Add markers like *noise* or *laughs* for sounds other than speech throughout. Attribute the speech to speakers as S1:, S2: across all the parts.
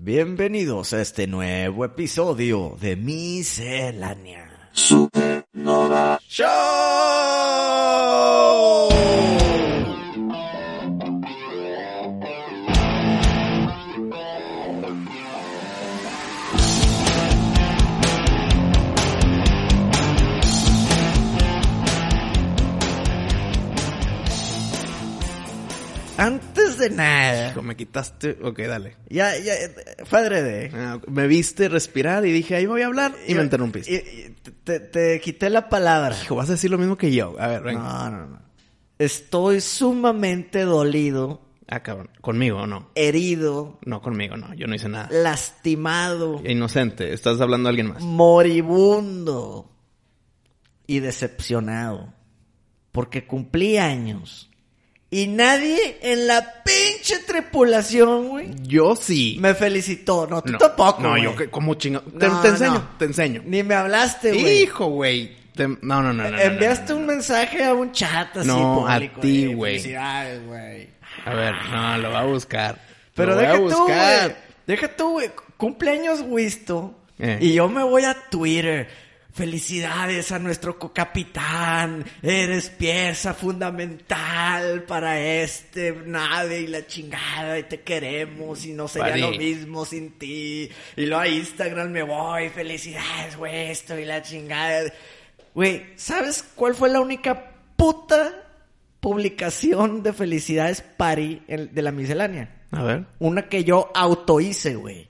S1: Bienvenidos a este nuevo episodio de Miscelánea
S2: Supernova.
S1: Show. Antes de nada,
S3: Me quitaste. Ok, dale.
S1: ya, ya, eh, padre de.
S3: Ah, me viste respirar y dije, ahí voy a hablar y me interrumpiste.
S1: Y- y- te, te quité la palabra.
S3: Hijo, vas a decir lo mismo que yo. A ver, venga.
S1: No, no, no. Estoy sumamente dolido,
S3: Ah, cabrón. ¿Conmigo o no?
S1: herido,
S3: No, conmigo no. Yo no hice nada.
S1: Eh. lastimado,
S3: Inocente. Estás hablando a alguien más.
S1: moribundo y decepcionado. Porque cumplí años. Y nadie en la pinche tripulación, güey,
S3: Yo sí.
S1: me felicitó. No, tú
S3: No.
S1: tampoco,
S3: No,
S1: güey.
S3: yo que- como chingo. Te,
S1: No,
S3: te enseño,
S1: no.
S3: te enseño.
S1: Ni me hablaste, güey.
S3: Hijo, güey. Te- No, no, no, no, no.
S1: Enviaste
S3: no, no,
S1: un mensaje a un chat así
S3: No, a
S1: público,
S3: ti,
S1: eh,
S3: güey.
S1: Felicidades, güey.
S3: no. A ver, no, lo va a buscar.
S1: Pero
S3: lo voy
S1: deja
S3: a
S1: tú, güey.
S3: buscar.
S1: Deja tú, güey. Cumpleaños Wisto.
S3: Eh.
S1: Y yo me voy a Twitter. Felicidades a nuestro co-capitán. Eres pieza fundamental para este nave y la chingada. Y te queremos. Y no sería
S3: Vale.
S1: lo mismo sin ti. Y luego a Instagram me voy. Felicidades, güey. Esto y la chingada. Güey, ¿sabes cuál fue la única puta publicación de felicidades party en- de la miscelánea?
S3: A ver.
S1: Una que yo auto hice, güey.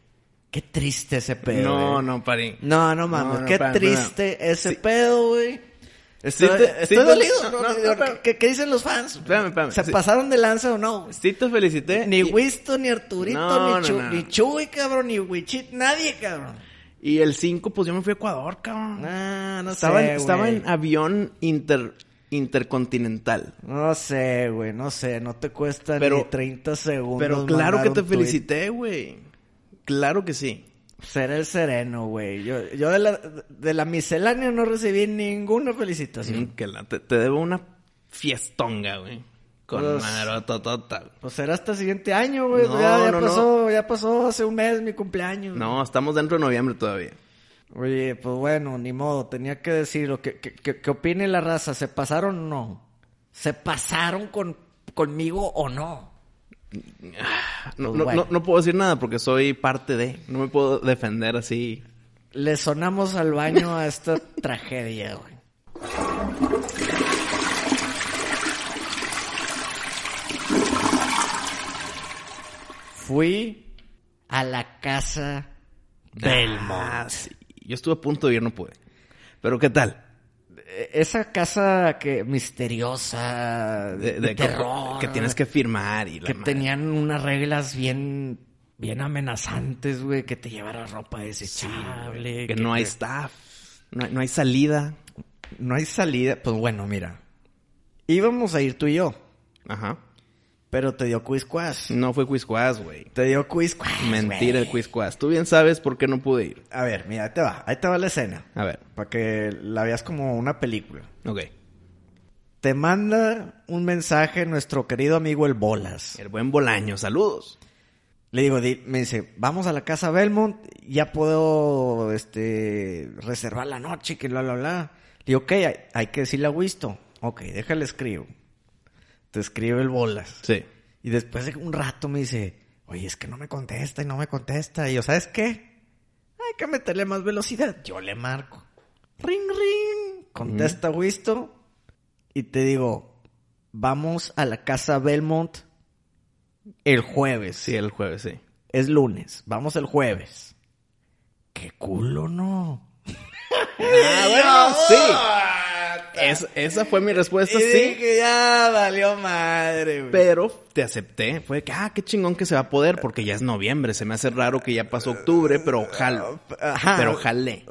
S1: Qué triste ese pedo.
S3: No,
S1: güey.
S3: no, parí.
S1: No, no mames. Qué
S3: espérame,
S1: triste ese pedo, güey. Estoy,
S3: te-
S1: estoy
S3: sí te-
S1: dolido.
S3: no,
S1: ¿no?
S3: no, no, espérame.
S1: ¿Qué, qué dicen los fans? güey?
S3: Espérame, espérame.
S1: ¿Se
S3: Sí.
S1: pasaron de lanza o no? güey?
S3: Sí te felicité.
S1: Ni
S3: y-
S1: Wisto, ni Arturito,
S3: No,
S1: ni,
S3: no,
S1: Chu-
S3: no.
S1: ni Chuy, cabrón, ni Wichit, nadie, cabrón.
S3: Y el 5, pues yo me fui a Ecuador, cabrón.
S1: No, no
S3: Estaba,
S1: sé,
S3: en, estaba
S1: Ah, güey.
S3: en avión inter, intercontinental.
S1: No sé, güey, no sé. No te cuesta
S3: Pero-
S1: ni 30 segundos
S3: Pero claro
S1: mandar
S3: que
S1: un
S3: te
S1: tuit.
S3: felicité, güey. Claro que sí.
S1: Ser el sereno, güey. Yo, yo de, la, de la miscelánea no recibí ninguna felicitación.
S3: Mm, Que la- te, te debo una fiestonga, güey. Con
S1: Pues-
S3: maderototota.
S1: Pues será hasta el siguiente año, güey.
S3: No,
S1: ya, ya
S3: no, no.
S1: pasó, ya pasó hace un mes mi cumpleaños.
S3: No, estamos dentro de noviembre todavía.
S1: Oye, pues bueno, ni modo. Tenía que decirlo. ¿Qué, qué, qué- qué opine la raza? ¿Se pasaron o no? ¿Se pasaron con, conmigo o no?
S3: No,
S1: Pues
S3: no-
S1: bueno.
S3: no- no puedo decir nada porque soy parte de. No me puedo defender así.
S1: Le sonamos al baño a
S3: *laughs*
S1: esta tragedia, güey. Fui a la casa
S3: Ah,
S1: Belmont.
S3: sí. Yo estuve a punto de ir, no pude. Pero ¿qué tal?
S1: E- Esa casa que misteriosa, de, de
S3: que,
S1: terror,
S3: que tienes que firmar y la
S1: que
S3: madre.
S1: tenían unas reglas bien, bien amenazantes, güey, que te llevara ropa desechable,
S3: Que no hay
S1: te-
S3: staff. No hay, no hay salida.
S1: no hay salida. Pues bueno, mira, íbamos a ir tú y yo.
S3: Ajá.
S1: Pero te dio quizquas.
S3: No fue Quizquaz, güey. Pues,
S1: Te dio quizquas.
S3: Mentira el
S1: güey.
S3: Quizquaz. Tú bien sabes por qué no pude ir.
S1: A ver, mira, ahí te va. Ahí te va la escena.
S3: A ver.
S1: Para que la veas como una película.
S3: Ok.
S1: Te manda un mensaje nuestro querido amigo el Bolas.
S3: El buen Bolaño, saludos.
S1: Le digo, di- me dice, vamos a la casa Belmont, ya puedo este reservar la noche, que bla, bla, bla. Le digo, ok, hay, hay que decirle a Wisto. Ok, déjale escribo. Te escribe el Bolas.
S3: Sí.
S1: Y después de un rato me dice, oye, es que no me contesta y no me contesta. Y yo, ¿sabes qué? Hay que meterle más velocidad. Yo le marco. Ring, ring. Contesta Wisto. Y te digo, vamos a la casa Belmont el jueves.
S3: Sí, el jueves, sí.
S1: Es lunes. Vamos el jueves.
S3: *laughs*
S1: Qué culo, ¿no?
S3: Ah, bueno, sí.
S4: Exacta.
S3: Es- esa fue mi respuesta,
S4: Y
S3: sí.
S4: dije, ya valió madre, güey.
S3: Pero te acepté. Fue que, ah, qué chingón que se va a poder porque ya es noviembre. Se me hace raro que ya pasó octubre, pero ojalá.
S4: Ajá.
S3: Pero jalé.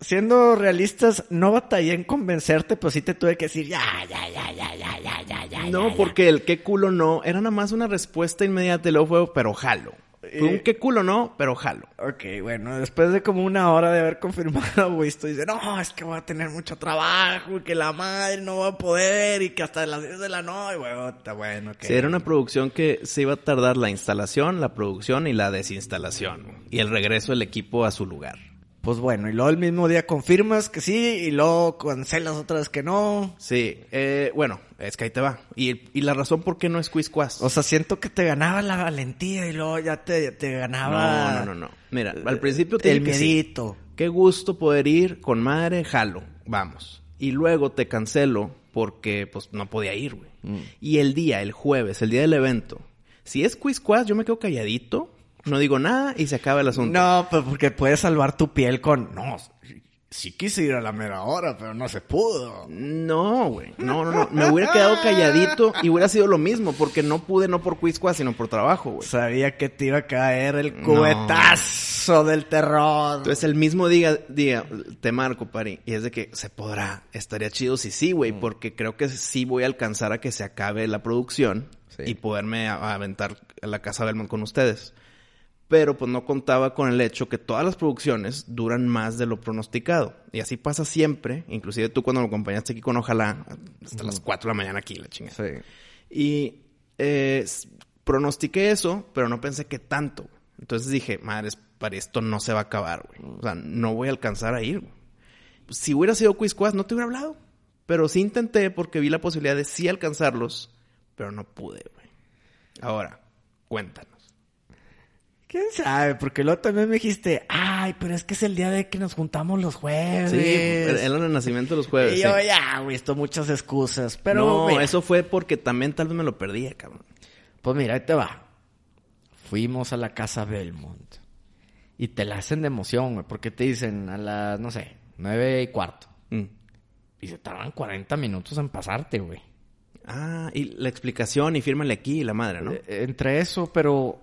S4: Siendo realistas, no batallé en convencerte, pero sí te tuve que decir, ya, ya, ya, ya, ya, ya, ya, ya. ya,
S3: No,
S4: ya".
S3: porque el qué culo no era nada más una respuesta inmediata y luego fue, pero jalo. Fue un
S4: Eh.
S3: qué culo no, pero jalo.
S4: Ok, bueno, después de como una hora de haber confirmado güey, esto, dice, no, es que voy a tener mucho trabajo y que la madre no va a poder y que hasta las 10 de la noche, güey, está bueno. ok.
S3: Sí, era una producción que se iba a tardar la instalación, la producción y la desinstalación. Y el regreso del equipo a su lugar.
S4: Pues bueno, y luego el mismo día confirmas que sí y luego cancelas otra vez que no.
S3: Sí, eh, bueno, es que ahí te va. Y, y la razón por qué no es Quizquas.
S4: O sea, siento que te ganaba la valentía y luego ya te, te ganaba...
S3: no, no, no, no. Mira, al principio te
S4: El
S3: dije que sí.
S4: miedito.
S3: Qué gusto poder ir con madre, jalo, vamos. Y luego te cancelo porque pues no podía ir, güey.
S4: Mm.
S3: Y el día, el jueves, el día del evento, si es Quizquas, yo me quedo calladito, no digo nada y se acaba el asunto.
S4: No, pues porque puedes salvar tu piel con... No, sí quise ir a la mera hora, pero no se pudo.
S3: No, güey. No, no, no. Me hubiera quedado calladito y hubiera sido lo mismo porque no pude no por Quizquas, sino por trabajo, güey.
S4: Sabía que te iba a caer el
S3: No.
S4: cubetazo del terror.
S3: Entonces el mismo día, día te marco, pari, y es de que se podrá, estaría chido si sí, güey, porque creo que sí voy a alcanzar a que se acabe la producción
S4: Sí.
S3: y poderme a- a aventar a la casa Belmont con ustedes. Pero pues no contaba con el hecho que todas las producciones duran más de lo pronosticado. Y así pasa siempre, inclusive tú cuando me acompañaste aquí con Ojalá, hasta las 4 de la mañana aquí, la chingada.
S4: Sí.
S3: Y eh, s- pronostiqué eso, pero no pensé que tanto. Entonces dije, madres, para esto no se va a acabar, güey. O sea, no voy a alcanzar a ir. güey". Pues, Si hubiera sido Quizquaz, no te hubiera hablado. Pero sí intenté porque vi la posibilidad de sí alcanzarlos, pero no pude, güey. Ahora, cuéntanos.
S4: ¿Quién sabe? Porque luego también me dijiste, ay, pero es que es el día de que nos juntamos los jueves.
S3: Sí, era el renacimiento de los jueves.
S4: y yo,
S3: sí.
S4: ya, güey, esto muchas excusas. Pero,
S3: no,
S4: mira,
S3: eso fue porque también tal vez me lo perdí, cabrón.
S4: pues mira, ahí te va. Fuimos a la casa Belmont. Y te la hacen de emoción, güey, porque te dicen a las, no sé, nueve y cuarto.
S3: Mm.
S4: Y se tardan 40 minutos en pasarte, güey.
S3: Ah, y la explicación y fírmale aquí y la madre, ¿no?
S1: Eh, Entre eso, pero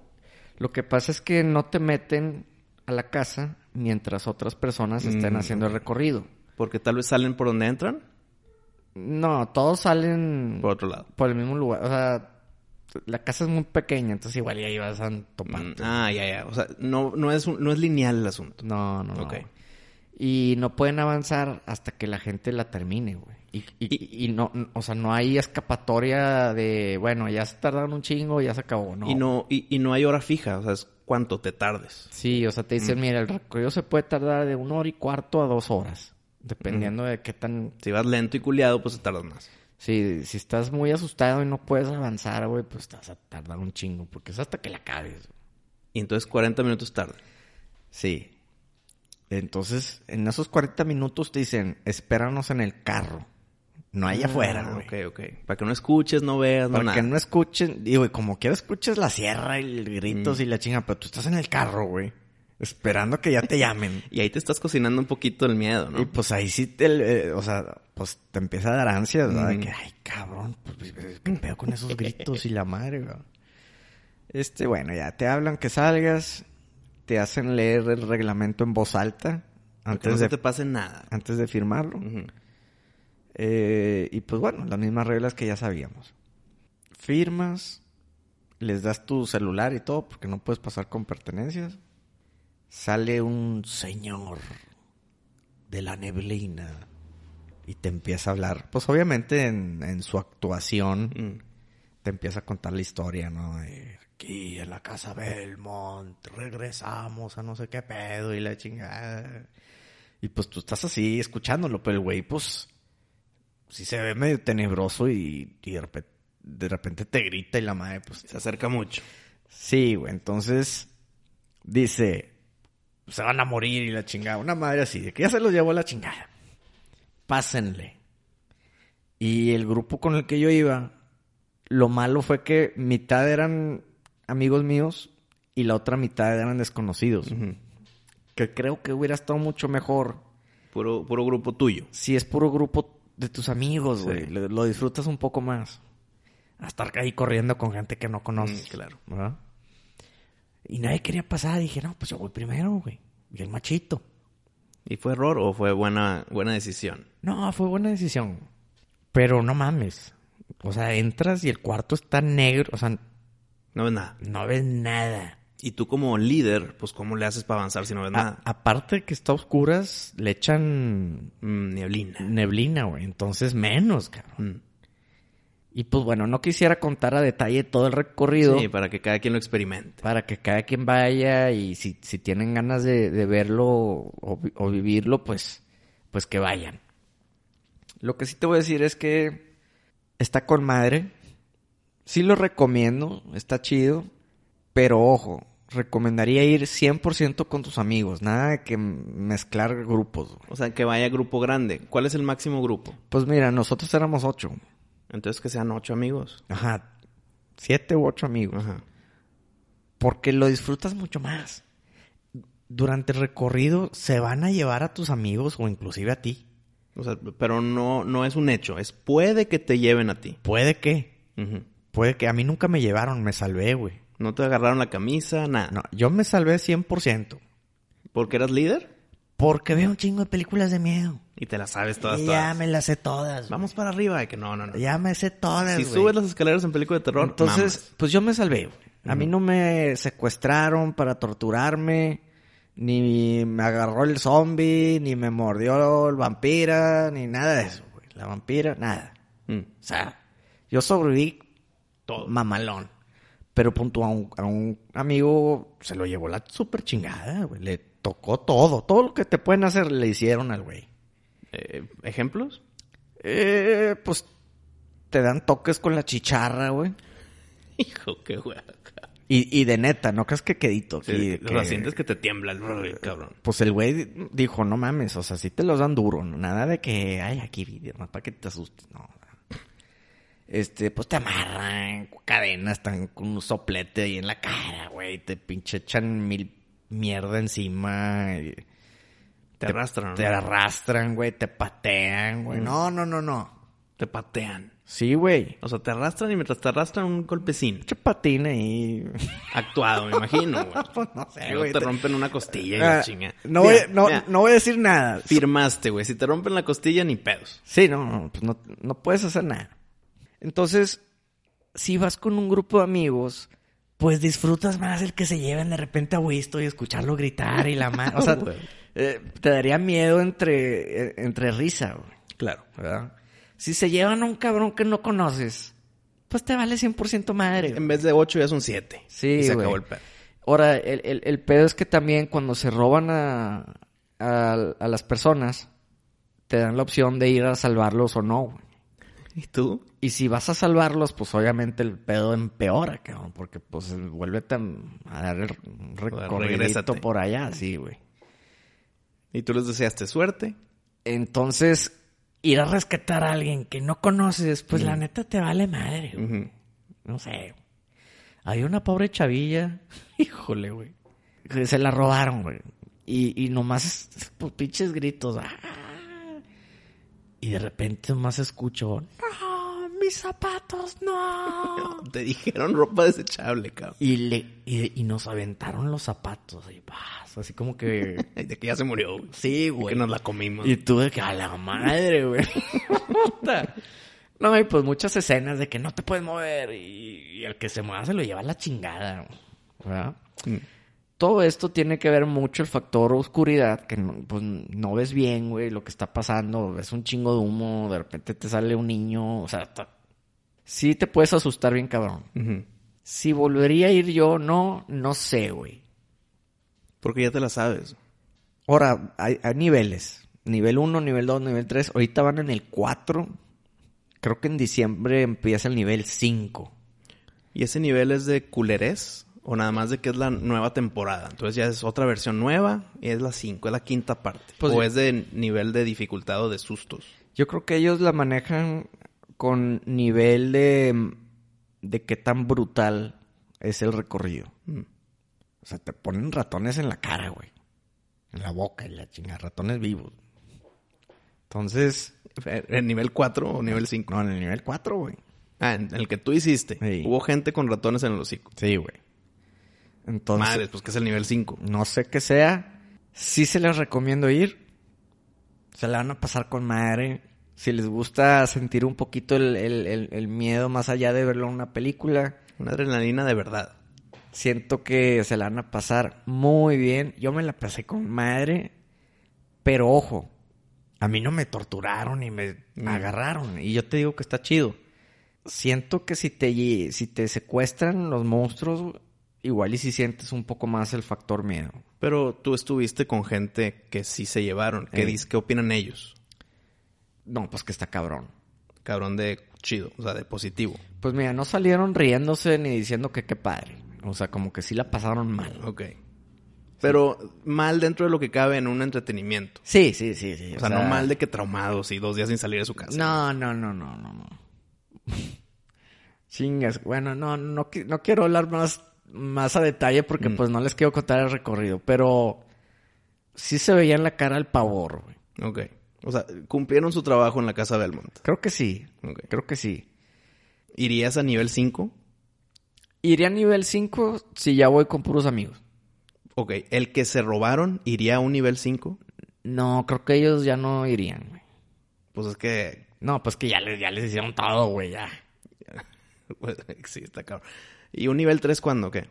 S1: lo que pasa es que no te meten a la casa mientras otras personas estén
S3: Mm.
S1: haciendo el recorrido.
S3: Porque tal vez salen por donde entran.
S1: No, todos salen
S3: Por
S1: por,
S3: otro lado.
S1: el mismo lugar. O sea, la casa es muy pequeña, entonces igual ya ibas a topar.
S3: Mm, Ah, ya, ya. O sea, no, no, es, un- no es lineal el asunto.
S1: No, no, no.
S3: Ok.
S1: Y no pueden avanzar hasta que la gente la termine, güey. Y, y- y no, o sea, no hay escapatoria de, bueno, ya se tardaron un chingo, ya se acabó, ¿no?
S3: Y, no y, y no hay hora fija. O sea, es cuánto te tardes.
S1: Sí, o sea, te dicen, mira, el recorrido se puede tardar de una hora y cuarto a dos horas, dependiendo de qué tan...
S3: Si vas lento y culiado, pues te tardas más.
S1: Si, si estás muy asustado y no puedes avanzar, güey, pues te vas a tardar un chingo, porque es hasta que la acabes. güey.
S3: Y entonces 40 minutos tarde.
S1: Sí. Entonces, en esos 40 minutos te dicen, espéranos en el carro, no allá afuera,
S3: Ah,
S1: güey.
S3: Ok, ok. Para que no escuches, no veas, no
S1: Para
S3: nada.
S1: que no escuchen, digo, y como quiera escuches la sierra y el gritos y la chinga, pero tú estás en el carro, güey, esperando que ya te llamen.
S3: Y ahí te estás cocinando un poquito el miedo, ¿no?
S1: Y pues ahí sí, te, eh, o sea, pues te empieza a dar ansias, ¿verdad? De
S3: Mm.
S1: que, ay, cabrón, pues, pues, ¿qué pedo con esos gritos y la madre, güey? Este, bueno, ya te hablan que salgas, te hacen leer el reglamento en voz alta
S3: Para que
S1: antes,
S3: no
S1: de,
S3: se te pase nada.
S1: antes de firmarlo.
S3: Ujú.
S1: Eh, y pues bueno, las mismas reglas que ya sabíamos. Firmas, les das tu celular y todo, porque no puedes pasar con pertenencias. Sale un señor de la neblina y te empieza a hablar. Pues obviamente en, en su actuación
S3: Mm.
S1: te empieza a contar la historia, ¿no? De-
S4: Aquí en la casa Belmont, regresamos a no sé qué pedo y la chingada.
S1: y pues tú estás así escuchándolo, pero el güey, pues sí se ve medio tenebroso y, y de, repente, de repente te grita y la madre, pues
S3: Se acerca mucho.
S1: Sí, güey. Entonces dice, se van a morir y la chingada. Una madre así, de que ya se los llevó la chingada. Pásenle. Y el grupo con el que yo iba, lo malo fue que mitad eran amigos míos y la otra mitad eran desconocidos. Que creo que hubiera estado mucho mejor
S3: Puro, puro grupo tuyo.
S1: si es puro grupo de tus amigos, güey. Lo, lo disfrutas un poco más. A estar ahí corriendo con gente que no conoces.
S3: Mm,
S1: claro. ¿Verdad? Y nadie quería pasar. Dije, no, pues yo voy primero, güey. Y el machito.
S3: ¿Y fue error o fue buena, buena decisión?
S1: No, fue buena decisión. Pero no mames. O sea, entras y el cuarto está negro. O sea,
S3: No ves nada.
S1: no ves nada.
S3: Y tú como líder, pues ¿cómo le haces para avanzar si no ves
S1: A-
S3: nada?
S1: aparte de que está a oscuras, le echan
S3: Mm, nieblina.
S1: neblina, güey. Entonces menos, cabrón.
S3: Mm.
S1: Y pues bueno, no quisiera contar a detalle todo el recorrido
S3: Sí, para que cada quien lo experimente.
S1: para que cada quien vaya y si, si tienen ganas de, de verlo o, vi- o vivirlo, pues, pues que vayan. Lo que sí te voy a decir es que está con madre. Sí lo recomiendo, está chido. Pero ojo, recomendaría ir 100% con tus amigos. Nada de que mezclar grupos. güey.
S3: O sea, que vaya grupo grande. ¿Cuál es el máximo grupo?
S1: Pues mira, nosotros éramos ocho.
S3: Entonces que sean ocho amigos.
S1: Ajá. Siete u ocho amigos.
S3: Ajá.
S1: Porque lo disfrutas mucho más. Durante el recorrido se van a llevar a tus amigos o inclusive a ti.
S3: O sea, pero no, no es un hecho. Es puede que te lleven a ti.
S1: Puede que.
S3: Ujú.
S1: Puede que. A mí nunca me llevaron, me salvé, güey.
S3: No te agarraron la camisa, nada.
S1: No, yo me salvé 100%.
S3: Porque eras líder
S1: Porque veo un chingo de películas de miedo.
S3: y te la sabes todas,
S1: Y ya
S3: todas.
S1: me las sé todas. güey.
S3: Vamos para arriba. de que no, no, no.
S1: Ya me sé todas,
S3: si
S1: güey.
S3: subes las escaleras en película de terror,
S1: Entonces,
S3: mamas.
S1: pues yo me salvé. güey. A mí
S3: Ujú.
S1: no me secuestraron para torturarme, ni me agarró el zombie, ni me mordió el vampira, ni nada de eso, güey. La vampira, nada.
S3: Mm.
S1: O sea, yo sobreviví
S3: Todo.
S1: mamalón. Pero punto a un, a un amigo se lo llevó la super chingada, güey. Le tocó todo. Todo lo que te pueden hacer le hicieron al güey.
S3: Eh, ¿Ejemplos?
S1: Eh, pues te dan toques con la chicharra, güey.
S3: *laughs* Hijo, qué hueá.
S1: Y, y de neta, no creas que quedito.
S3: Sí,
S1: que-
S3: o sea,
S1: que-
S3: sientes que te tiembla el cabrón.
S1: Pues el güey di- dijo, no mames, o sea, sí te los dan duro, ¿no? nada de que, ay, aquí vídeo, más para que te asustes, no. Este, pues te amarran, cadenas, tan con un soplete ahí en la cara, güey, te pinche echan mil mierda encima, y
S3: Te, arrastran, ¿no? Mm.
S1: te arrastran, güey, te patean, güey. No, no, no, no.
S3: Te patean.
S1: Sí, güey.
S3: O sea, te arrastran y mientras te arrastran un golpecín.
S1: Pinche patina ahí. *laughs*
S3: Actuado, me imagino, güey.
S1: Pues no sé,
S3: Luego
S1: güey,
S3: te
S1: te-
S3: rompen una costilla y
S1: Ah,
S3: la chinga.
S1: no,
S3: Mira,
S1: voy, no,
S3: mira,
S1: no voy a decir nada.
S3: Firmaste, güey. Si te rompen la costilla, ni pedos.
S1: Sí, no, no, pues no, no puedes hacer nada. Entonces, si vas con un grupo de amigos, pues disfrutas más el que se lleven de repente a Wisto y escucharlo gritar y la mano. O sea,
S3: Güey.
S1: eh, te daría miedo entre, eh, entre risa, güey.
S3: Claro.
S1: ¿verdad? Si se llevan a un cabrón que no conoces, pues te vale 100% madre.
S3: En
S1: güey.
S3: vez de 8 ya son 7.
S1: Sí,
S3: Y se
S1: güey.
S3: acabó el pedo.
S1: Ahora, el, el- el pedo es que también cuando se roban a, a, a las personas, te dan la opción de ir a salvarlos o no, güey.
S3: ¿Y tú?
S1: Y si vas a salvarlos, pues obviamente el pedo empeora, cabrón, porque pues vuélvete a a dar el recorridito
S3: regrésate.
S1: por allá, sí, güey.
S3: ¿Y tú les deseaste suerte?
S1: Entonces, ir a rescatar a alguien que no conoces, pues la neta te vale madre, güey.
S3: Ujú.
S1: No sé. Hay una pobre chavilla, *laughs* híjole, güey, que se la robaron, güey. Y, y nomás, pues pinches gritos, ¡ah! Y de repente nomás escucho, ¡no! ¡Mis zapatos,
S3: *laughs*
S1: no!
S3: Te dijeron ropa desechable, cabrón.
S1: Y, le, y, y nos aventaron los zapatos. Y, vas, así como que.
S3: Y de que ya se murió, güey.
S1: Sí,
S3: Y
S1: güey.
S3: Que nos la comimos.
S1: Y tú de que a la madre, güey. *laughs* Puta. no, y pues muchas escenas de que no te puedes mover. Y, y el que se mueva se lo lleva a la chingada. ¿Verdad?
S3: Mm.
S1: Todo esto tiene que ver mucho el factor oscuridad, que no, pues, no ves bien, güey, lo que está pasando, ves un chingo de humo, de repente te sale un niño, o sea, está- sí te puedes asustar bien cabrón.
S3: Ujú.
S1: Si volvería a ir yo, no, no sé, güey.
S3: Porque ya te la sabes.
S1: Ahora, hay, hay niveles. Nivel 1, nivel 2, nivel 3. Ahorita van en el 4. Creo que en diciembre empieza el nivel 5.
S3: ¿Y ese nivel es de culerés? O nada más de que es la nueva temporada. Entonces ya es otra versión nueva y es la 5, es la quinta parte.
S1: Pues
S3: o
S1: yo-
S3: es de nivel de dificultad o de sustos.
S1: Yo creo que ellos la manejan con nivel de, de qué tan brutal es el recorrido.
S3: Mm.
S1: O sea, te ponen ratones en la cara, güey. En la boca y la chingada, ratones vivos. Entonces,
S3: Eh, ¿En nivel 4 o nivel 5?
S1: no, en el nivel 4, güey.
S3: Ah, en el que tú hiciste.
S1: Sí.
S3: Hubo gente con ratones en el hocico.
S1: Sí, güey. Entonces,
S3: Madres, pues que es el nivel 5.
S1: no sé qué sea. Sí se les recomiendo ir. Se la van a pasar con madre. Si les gusta sentir un poquito el, el- el- el miedo más allá de verlo en una película,
S3: Una adrenalina de verdad.
S1: siento que se la van a pasar muy bien. Yo me la pasé con madre, pero ojo, a mí no me torturaron y me agarraron. Y yo te digo que está chido. Siento que si te, lle- si te secuestran los monstruos, igual y si sientes un poco más el factor miedo.
S3: Pero tú estuviste con gente que sí se llevaron. ¿Qué,
S1: Eh.
S3: dis- qué opinan ellos?
S1: No, pues que está cabrón.
S3: Cabrón de chido, o sea, de positivo.
S1: Pues mira, no salieron riéndose ni diciendo que qué padre. O sea, como que sí la pasaron mal.
S3: Ok. Pero mal dentro de lo que cabe en un entretenimiento.
S1: Sí, sí, sí, sí.
S3: O sea, no mal de que traumados y dos días sin salir de su casa.
S1: No, no, no, no, no, no. Chingas. Bueno, no, no, qui- no quiero hablar más, más a detalle porque
S3: Mm.
S1: pues no les quiero contar el recorrido, pero sí se veía en la cara el pavor, güey.
S3: Ok. O sea, cumplieron su trabajo en la casa Belmont.
S1: Creo que sí,
S3: Ok.
S1: creo que sí.
S3: ¿Irías a nivel 5?
S1: Iré a nivel 5 si ya voy con puros amigos.
S3: Ok. ¿El que se robaron iría a un nivel 5?
S1: No, creo que ellos ya no irían, güey.
S3: Pues es que...
S1: No, pues que ya les, ya les hicieron todo, güey, ya.
S3: pues, *laughs* sí, está cabrón. ¿Y un nivel 3 cuándo? o ¿Qué?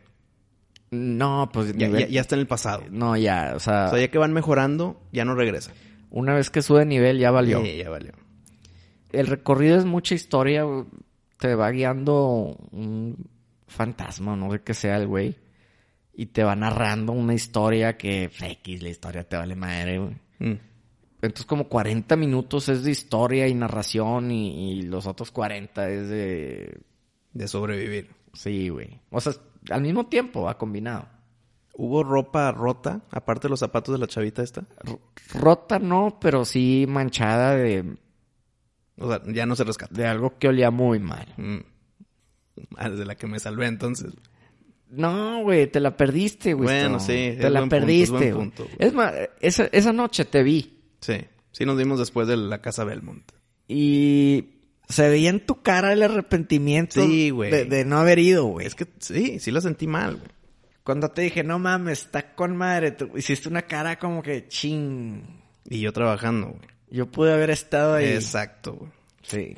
S1: No, pues
S3: Ya,
S1: nivel- Ah.
S3: ya- ya está en el pasado.
S1: No, ya, o sea,
S3: O sea, ya que van mejorando, ya no regresa.
S1: una vez que sube nivel ya valió.
S3: Sí, ya valió.
S1: El recorrido es mucha historia. güey. Te va guiando un fantasma, no sé qué sea el güey. Y te va narrando una historia que, pues, X, la historia te vale madre, güey.
S3: Mm.
S1: Entonces, como 40 minutos es de historia y narración, y, y los otros 40 es de.
S3: De sobrevivir.
S1: Sí, güey. O sea, al mismo tiempo va combinado.
S3: ¿Hubo ropa rota, aparte de los zapatos de la chavita esta?
S1: R- rota no, pero sí manchada de,
S3: O sea, ya no se rescata.
S1: de algo que olía muy mal.
S3: Mm. Ah, desde la que me salvé entonces.
S1: No, güey, te la perdiste, güey.
S3: Bueno, sí,
S1: Te
S3: es
S1: la
S3: buen punto, es
S1: perdiste.
S3: buen
S1: güey.
S3: punto, güey.
S1: es más, esa, esa noche te vi
S3: Sí. Sí nos vimos después de la casa Belmont.
S1: y se veía en tu cara el arrepentimiento
S3: Sí, güey.
S1: de, de no haber ido, güey.
S3: Es que sí, sí la sentí mal, güey.
S1: cuando te dije, no mames, está con madre, tú hiciste una cara como que ching.
S3: Y yo trabajando, güey.
S1: Yo pude haber estado ahí.
S3: Exacto, güey.
S1: Sí.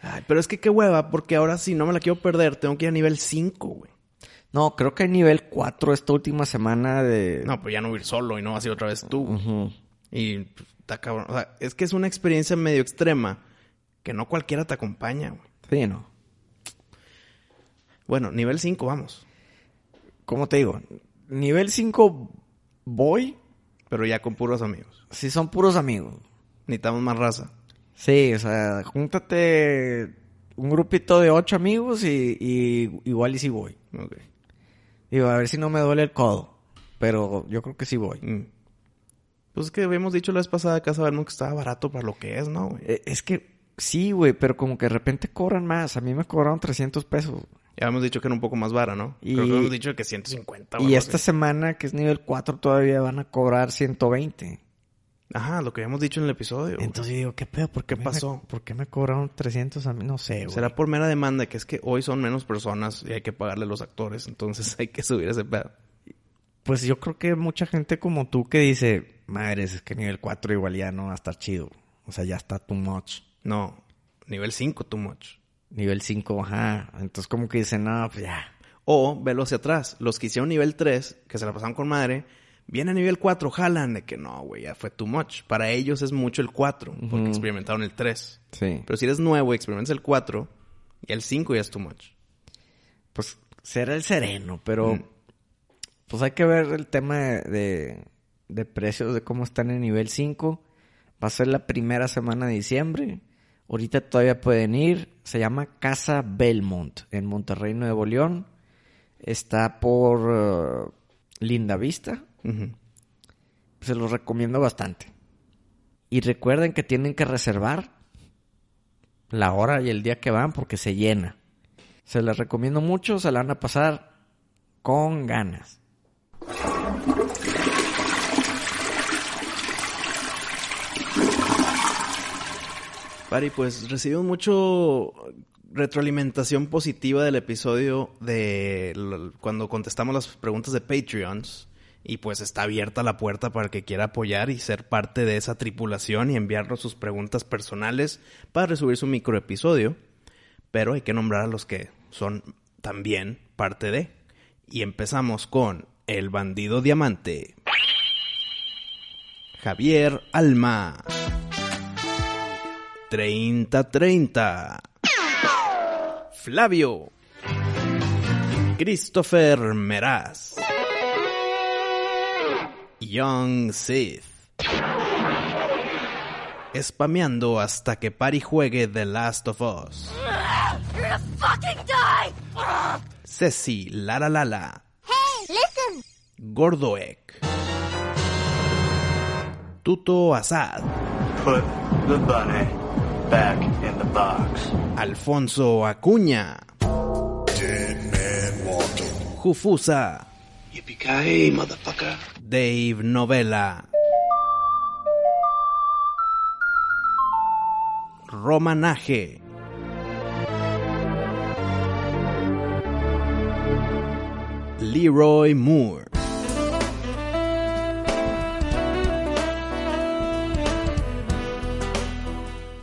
S3: Ay, pero es que qué hueva, porque ahora sí no me la quiero perder. Tengo que ir a nivel 5, güey.
S1: No, creo que hay nivel 4 esta última semana de...
S3: No, pues ya no voy a ir solo y no vas a ir otra vez tú. güey.
S1: Ujú.
S3: Y pues, está cabrón. O sea, es que es una experiencia medio extrema que no cualquiera te acompaña, güey.
S1: Sí, no.
S3: Bueno, nivel 5, vamos.
S1: ¿Cómo te digo? Nivel 5 voy
S3: Pero ya con puros amigos.
S1: si son puros amigos.
S3: Necesitamos más raza.
S1: Sí, o sea, júntate un grupito de ocho amigos y, y igual y si voy.
S3: Ok.
S1: Digo, a ver si no me duele el codo. Pero yo creo que sí voy.
S3: Mm. Pues es que habíamos dicho la vez pasada acá sabemos que estaba barato para lo que es, ¿no, güey?
S1: Eh, Es que sí, güey, pero como que de repente cobran más. A mí me cobraron 300 pesos.
S3: Ya habíamos dicho que era un poco más vara, ¿no?
S1: Y-
S3: Creo que habíamos dicho que 150 o
S1: Y
S3: algo
S1: esta
S3: así.
S1: semana, que es nivel 4, todavía van a cobrar 120.
S3: Ajá, lo que habíamos dicho en el episodio. güey.
S1: Entonces yo digo, ¿qué pedo? ¿Por qué
S3: pasó?
S1: ¿Por qué me cobraron 300 a mí? No sé, güey.
S3: Será por mera demanda, que es que hoy son menos personas y hay que pagarle a los actores, entonces *laughs* hay que subir ese pedo.
S1: Pues yo creo que mucha gente como tú que dice, madres, es que nivel 4 igual ya no va a estar chido. O sea, ya está too much.
S3: No, nivel 5, too much.
S1: Nivel 5, ajá. Entonces como que dicen, no, pues ya.
S3: O velo hacia atrás. Los que hicieron nivel 3, que se la pasaron con madre, vienen a nivel 4, jalan de que no, güey, ya fue too much. Para ellos es mucho el 4, porque experimentaron el 3.
S1: Sí.
S3: Pero si eres nuevo y experimentas el 4, y el 5 ya es too much.
S1: Pues será el sereno, pero pues hay que ver el tema de, de, de precios, de cómo están en nivel 5. Va a ser la primera semana de diciembre. Ahorita todavía pueden ir. Se llama Casa Belmont en Monterrey, Nuevo León. Está por eh, Linda Vista.
S3: Ujú.
S1: Se los recomiendo bastante. Y recuerden que tienen que reservar la hora y el día que van porque se llena. Se les recomiendo mucho, se la van a pasar con ganas.
S3: Pari, pues recibimos mucho retroalimentación positiva del episodio de l- cuando contestamos las preguntas de Patreons. Y pues está abierta la puerta para el que quiera apoyar y ser parte de esa tripulación y enviarnos sus preguntas personales para resubir su microepisodio. Pero hay que nombrar a los que son también parte de. Y empezamos con el bandido diamante. Javier Alma. 3030. Flavio. Christopher Meraz. Young Sith. Spameando hasta que Pari juegue The Last of Us. Ceci Lara Lala. Gordoek. Tuto Asad.
S5: Put the bunny back in the box.
S3: Alfonso Acuña. Jufusa.
S5: Yippee-ki-yay, motherfucker.
S3: Dave Novela. Romanaje. Leroy Moore.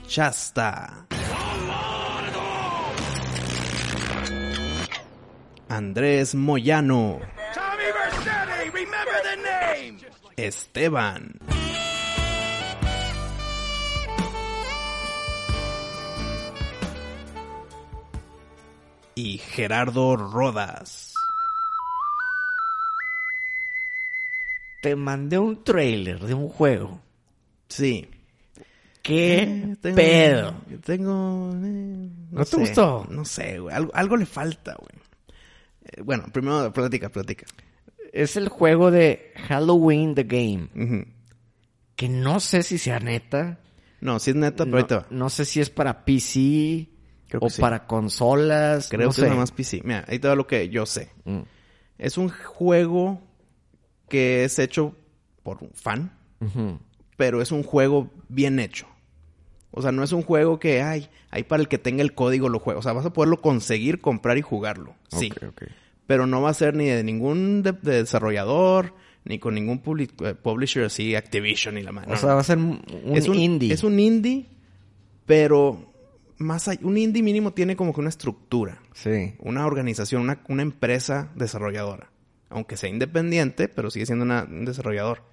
S3: Chasta. Andrés Moyano. Esteban. Y Gerardo Rodas.
S4: Te mandé un trailer de un juego.
S3: Sí.
S4: ¿Qué
S3: Eh, Tengo-
S4: pedo?
S3: Tengo. eh, no
S4: ¿No te
S3: sé.
S4: gustó?
S3: No sé, güey. Algo, algo le falta, güey. Eh, bueno, primero, plática, plática.
S4: Es el juego de Halloween the Game.
S3: Ujú.
S4: Que no sé si sea neta.
S3: No, sí es neta, pero
S4: No,
S3: ahorita va.
S4: no sé si es para PC
S3: Creo que
S4: o
S3: sí.
S4: para consolas.
S3: Creo
S4: no
S3: que
S4: sé.
S3: es nada más PC. Mira, ahí te va lo que yo sé.
S4: Mm.
S3: Es un juego que es hecho por un fan,
S4: Ujú.
S3: pero es un juego bien hecho. O sea, no es un juego que hay, hay para el que tenga el código lo juega. O sea, vas a poderlo conseguir, comprar y jugarlo. Sí.
S1: Ok, ok.
S3: Pero no va a ser ni de ningún de- de desarrollador, ni con ningún publi- eh, publisher así, Activision y la mano.
S1: O sea, va a ser un, un
S3: es un
S1: indie.
S3: Es un indie, pero más allá, un indie mínimo tiene como que una estructura
S1: Sí.
S3: una organización, una, una empresa desarrolladora. Aunque sea independiente, pero sigue siendo una- un desarrollador.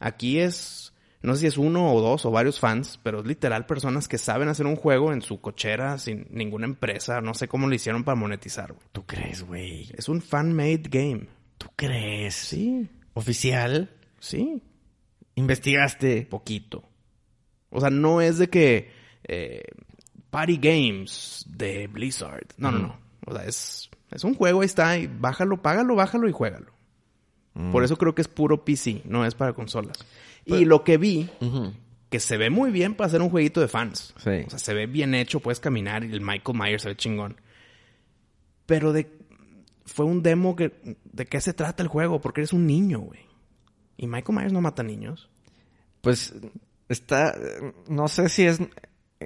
S3: Aquí es, no sé si es uno o dos o varios fans, pero es literal personas que saben hacer un juego en su cochera sin ninguna empresa. No sé cómo lo hicieron para monetizar, güey.
S4: ¿Tú crees, güey?
S3: Es un fan-made game.
S4: ¿Tú crees?
S3: Sí,
S4: ¿Oficial?
S3: sí.
S4: ¿Investigaste?
S3: Poquito. O sea, no es de que eh, Party Games de Blizzard. No, no, no. O sea, es, es un juego, ahí está. Y bájalo, págalo, bájalo y juégalo. Por eso creo que es puro PC, no es para consolas. y lo que vi, que se ve muy bien para hacer un jueguito de fans.
S1: Sí.
S3: O sea, se ve bien hecho, puedes caminar y el Michael Myers se ve chingón. Pero de fue un demo que de qué se trata el juego, porque eres un niño, güey. Y Michael Myers no mata niños.
S1: Pues está. No sé si es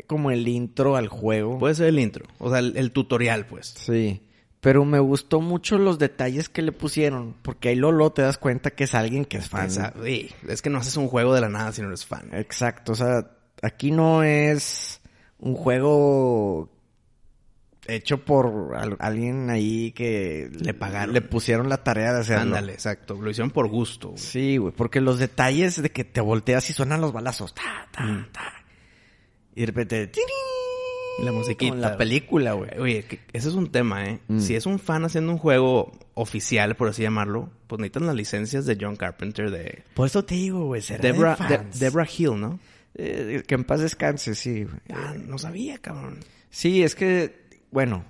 S1: como el intro al juego.
S4: Pues-
S3: Puede ser el intro, o sea, el, el tutorial, pues.
S1: Sí. Pero me gustó mucho los detalles que le pusieron. Porque ahí Lolo te das cuenta que es alguien que es fan.
S3: O sea, sí, es que no haces un juego de la nada si no eres fan.
S1: Exacto. O sea, aquí no es un juego hecho por al- alguien ahí que
S3: Le pagaron.
S1: Le pusieron la tarea de hacerlo.
S3: Ándale, exacto. Lo hicieron por gusto. güey.
S1: Sí, güey, porque los detalles de que te volteas y suenan los balazos. Ta, ta, ta. Y de repente. tirín,
S3: La musiquita,
S1: Con la
S3: güey.
S1: película, güey.
S3: Oye, que- ese es un tema, ¿eh? Si es un fan haciendo un juego oficial, por así llamarlo, pues necesitan las licencias de John Carpenter, de
S4: Por eso te digo, güey.
S1: Pues
S4: ¿Será de
S3: Debra, de-
S4: fans?
S3: Debra Hill, ¿no?
S1: Eh, que en paz descanse, sí, güey.
S3: Ah, no sabía, cabrón.
S1: Sí, es que, bueno,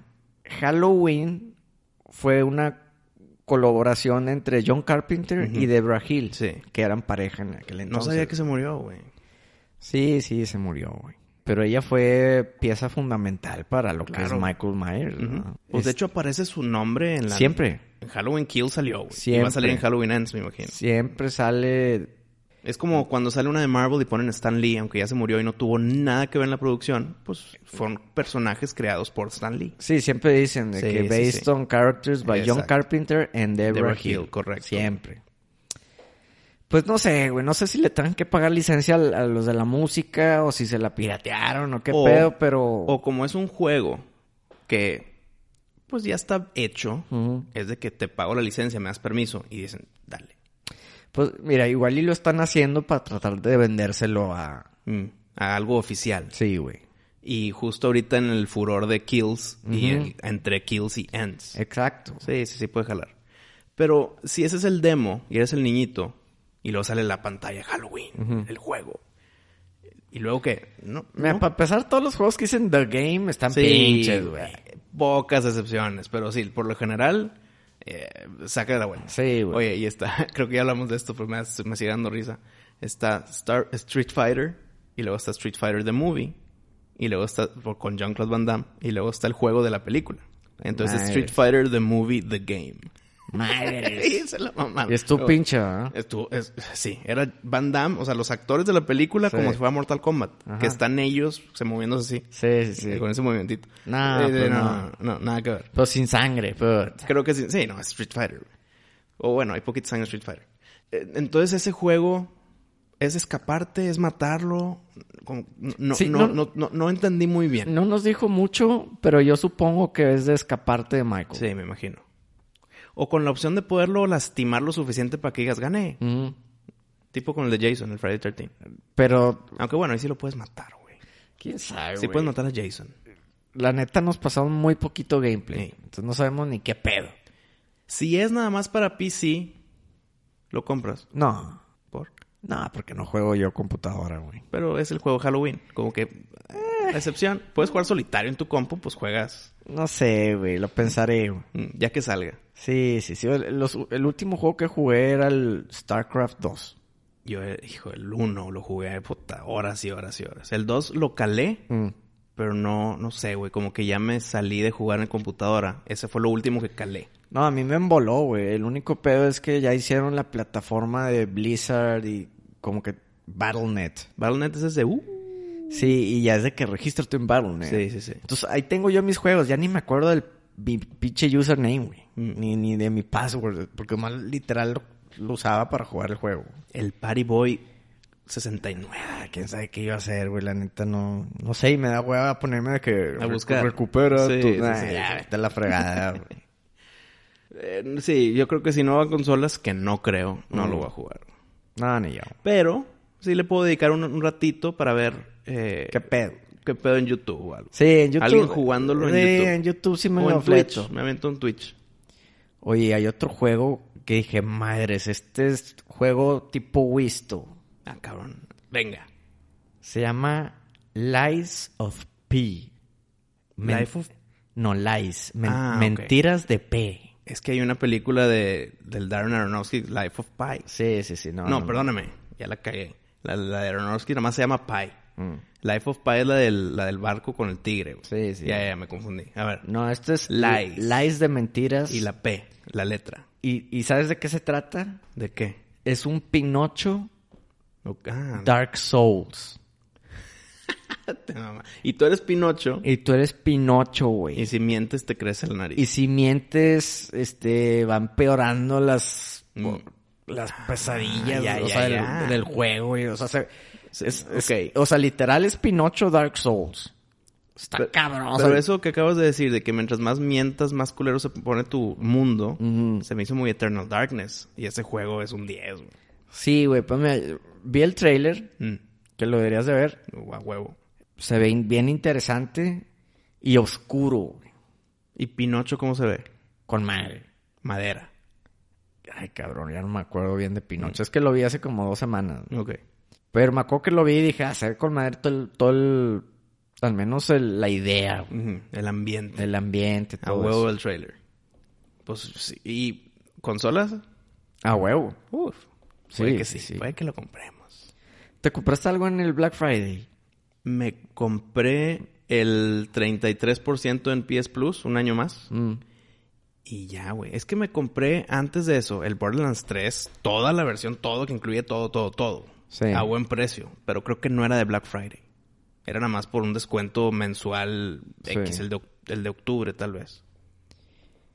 S1: Halloween fue una colaboración entre John Carpenter y Deborah Hill,
S3: Sí.
S1: que eran pareja en aquel
S3: No
S1: entonces.
S3: sabía que se murió, güey.
S1: Sí, sí, se murió, güey. Pero ella fue pieza fundamental para lo que
S3: Claro.
S1: es Michael Myers.
S3: Ujú.
S1: ¿no?
S3: Pues
S1: Ah.
S3: de
S1: Es-
S3: hecho aparece su nombre en la...
S1: siempre,
S3: En Halloween Kill salió, güey. Y va a
S1: Siempre.
S3: salir en Halloween Ends, me imagino.
S1: siempre sale
S3: Es como cuando sale una de Marvel y ponen Stan Lee, aunque ya se murió y no tuvo nada que ver en la producción, pues fueron personajes creados por Stan Lee.
S1: Sí, siempre dicen de
S3: Sí,
S1: que
S3: sí,
S1: based
S3: sí.
S1: on characters by John
S3: Exacto.
S1: Carpenter and Deborah,
S3: Deborah
S1: Hill.
S3: Hill, correcto.
S1: Siempre. Pues no sé, güey. No sé si le tengan que pagar licencia al- a los de la música o si se la piratearon o qué
S3: O-
S1: pedo, pero.
S3: O como es un juego que pues ya está hecho, es de que te pago la licencia, me das permiso y dicen, dale.
S1: Pues mira, igual y lo están haciendo para tratar de vendérselo a.
S3: Mm, a algo oficial.
S1: Sí, güey.
S3: Y justo ahorita en el furor de Kills y
S1: Ujú.
S3: el- entre Kills y Ends.
S1: Exacto.
S3: Sí, sí, sí puede jalar. Pero si ese es el demo y eres el niñito y luego sale la pantalla Halloween, el juego. Y luego que no,
S1: Mira,
S3: no.
S1: para empezar, todos los juegos que dicen The Game están
S3: Sí, eh,
S1: pinches, güey.
S3: Pocas excepciones, pero sí, por lo general, eh, saca de la buena.
S1: Sí, güey.
S3: Oye, y está, *laughs* creo que ya hablamos de esto, pero me, hace- me sigue dando risa. Está Star, Street Fighter, y luego está Street Fighter The Movie, y luego está por- con Jean-Claude Van Damme, y luego está el juego de la película. Entonces,
S1: Madres.
S3: Street Fighter The Movie The Game.
S1: Madre.
S3: *laughs* Y se la mamaron.
S1: y es tu pinche, ¿verdad?
S3: Estuvo- es- sí, era Van Damme, o sea, los actores de la película
S1: Sí.
S3: como si fuera Mortal Kombat,
S1: Ajá.
S3: que están ellos se moviéndose así.
S1: Sí, sí, sí.
S3: Con ese movimentito.
S1: No,
S3: Eh,
S1: pues
S3: no,
S1: no.
S3: no, no, nada que ver.
S1: Pero sin sangre, pero.
S3: Creo que sí, sí, no, es Street Fighter. güey. O bueno, hay poquitos años de Street Fighter. Eh, Entonces ese juego es escaparte, es matarlo. Como- no,
S1: Sí,
S3: no,
S1: no-
S3: no, no- no entendí muy bien.
S1: No nos dijo mucho, pero yo supongo que es de escaparte de Michael.
S3: Sí, me imagino. O con la opción de poderlo lastimar lo suficiente para que digas, gané.
S1: Ujú.
S3: Tipo con el de Jason, el Friday 13.
S1: Pero,
S3: Aunque bueno, ahí sí lo puedes matar, güey.
S1: quién sabe,
S3: Sí pues
S1: güey?
S3: puedes matar a Jason.
S1: La neta nos pasaron muy poquito gameplay.
S3: Sí.
S1: Entonces no sabemos ni qué pedo.
S3: Si es nada más para PC, lo compras.
S1: No.
S3: Por.
S1: No, porque no juego yo computadora, güey.
S3: Pero es el juego Halloween. Como que. eh, la excepción. Puedes jugar solitario en tu compu, pues juegas.
S1: No sé, güey. Lo pensaré, güey.
S3: mm, Ya que salga.
S1: Sí, sí, sí. El, los- el último juego que jugué era el StarCraft 2.
S3: Yo, eh, hijo, el 1 lo jugué puta, horas y horas y horas. El 2 lo calé, pero no, no sé, güey. Como que ya me salí de jugar en computadora. Ese fue lo último que calé.
S1: No, a mí me emboló, güey. El único pedo es que ya hicieron la plataforma de Blizzard y como que BattleNet.
S3: Battle.net es ese. Uh.
S1: Sí, y ya es de que regístrate en BattleNet.
S3: Sí, sí, sí.
S1: Entonces ahí tengo yo mis juegos, ya ni me acuerdo del mi pinche username, güey.
S3: Mm.
S1: Ni, ni de mi password, porque más literal lo, lo usaba para jugar el juego.
S3: El Party Boy 69.
S1: Ah, quién sabe qué iba a hacer, güey, la neta no, no sé, y me da hueva a ponerme de que
S3: A buscar.
S1: recupera
S3: Sí,
S1: tu-
S3: sí,
S1: nah,
S3: sí.
S1: ya, vete a la
S3: *laughs*
S1: fregada, güey.
S3: Eh, sí, yo creo que si no va a consolas, que no creo, no lo voy a jugar.
S1: No, ni yo.
S3: Mm. Pero sí le puedo dedicar un, un ratito para ver eh,
S1: ¿Qué pedo?
S3: qué pedo en YouTube o algo.
S1: Sí, en YouTube.
S3: Alguien jugándolo en YouTube.
S1: Sí, en YouTube sí me
S3: o
S1: lo
S3: en Twitch.
S1: fleto.
S3: Me avento en Twitch.
S1: Oye, hay otro juego que dije, madres, este es juego tipo Wisto.
S3: Ah, cabrón. Venga.
S1: Se llama Lies of P. Men-
S3: Life of-
S1: No, Lies. Men-
S3: Ah, ok.
S1: Mentiras de P.
S3: Es que hay una película de, del Darren Aronofsky, Life of Pi.
S1: Sí, sí, sí. No,
S3: No, perdóname. Ya la cagué. La, la de Aronofsky nada más se llama Pi. Life of Pi es la del, la del barco con el tigre. güey.
S1: Sí, sí.
S3: Ya, ya, me confundí. A ver.
S1: No, esto es
S3: Lies.
S1: Lies de mentiras.
S3: Y la P, la letra.
S1: ¿Y- ¿Y sabes de qué se trata?
S3: ¿De qué?
S1: Es un Pinocho
S3: Ok, ah,
S1: Dark Souls.
S3: te mama. Y tú eres Pinocho.
S1: Y tú eres Pinocho, güey.
S3: Y si mientes te crece la nariz.
S1: Y si mientes, este, van peorando las,
S3: Mm.
S1: las pesadillas,
S3: ya,
S1: o
S3: ya,
S1: sea, del-
S3: ya.
S1: Del, juego, güey. O sea, se- es- es-
S3: Ok.
S1: o sea, literal es Pinocho Dark Souls. Está
S3: Pero-
S1: cabrón. o
S3: Pero
S1: sea,
S3: eso que acabas de decir, de que mientras más mientas, más culero se pone tu mundo,
S1: Mm.
S3: se me hizo muy Eternal Darkness. Y ese juego es un 10, güey.
S1: Sí, güey, pues mira, vi el trailer,
S3: Mm,
S1: que lo deberías de ver.
S3: a huevo.
S1: Se ve in- bien interesante y oscuro, güey,
S3: ¿Y Pinocho cómo se ve?
S1: Con madre.
S3: Madera.
S1: Ay, cabrón, ya no me acuerdo bien de Pinocho. Es que lo vi hace como dos semanas.
S3: Ok.
S1: Pero me acuerdo que lo vi y dije, hacer con madre todo el, todo el- al menos el- la idea, güey,
S3: Ujú, El ambiente.
S1: del ambiente, todo
S3: a huevo
S1: eso.
S3: el trailer. Pues sí. ¿Y consolas?
S1: A huevo.
S3: Uf.
S1: Sí,
S3: puede que
S1: sí,
S3: sí,
S1: sí.
S3: Puede que lo compremos.
S1: ¿Te compraste algo en el Black Friday?
S3: Me compré el 33% en PS Plus, un año más. Y ya, güey. Es que me compré antes de eso el Borderlands 3, toda la versión, todo, que incluye todo, todo, todo.
S1: Sí.
S3: a buen precio, pero creo que no era de Black Friday. Era nada más por un descuento mensual X,
S1: Sí.
S3: el, de, oc- el de octubre tal vez.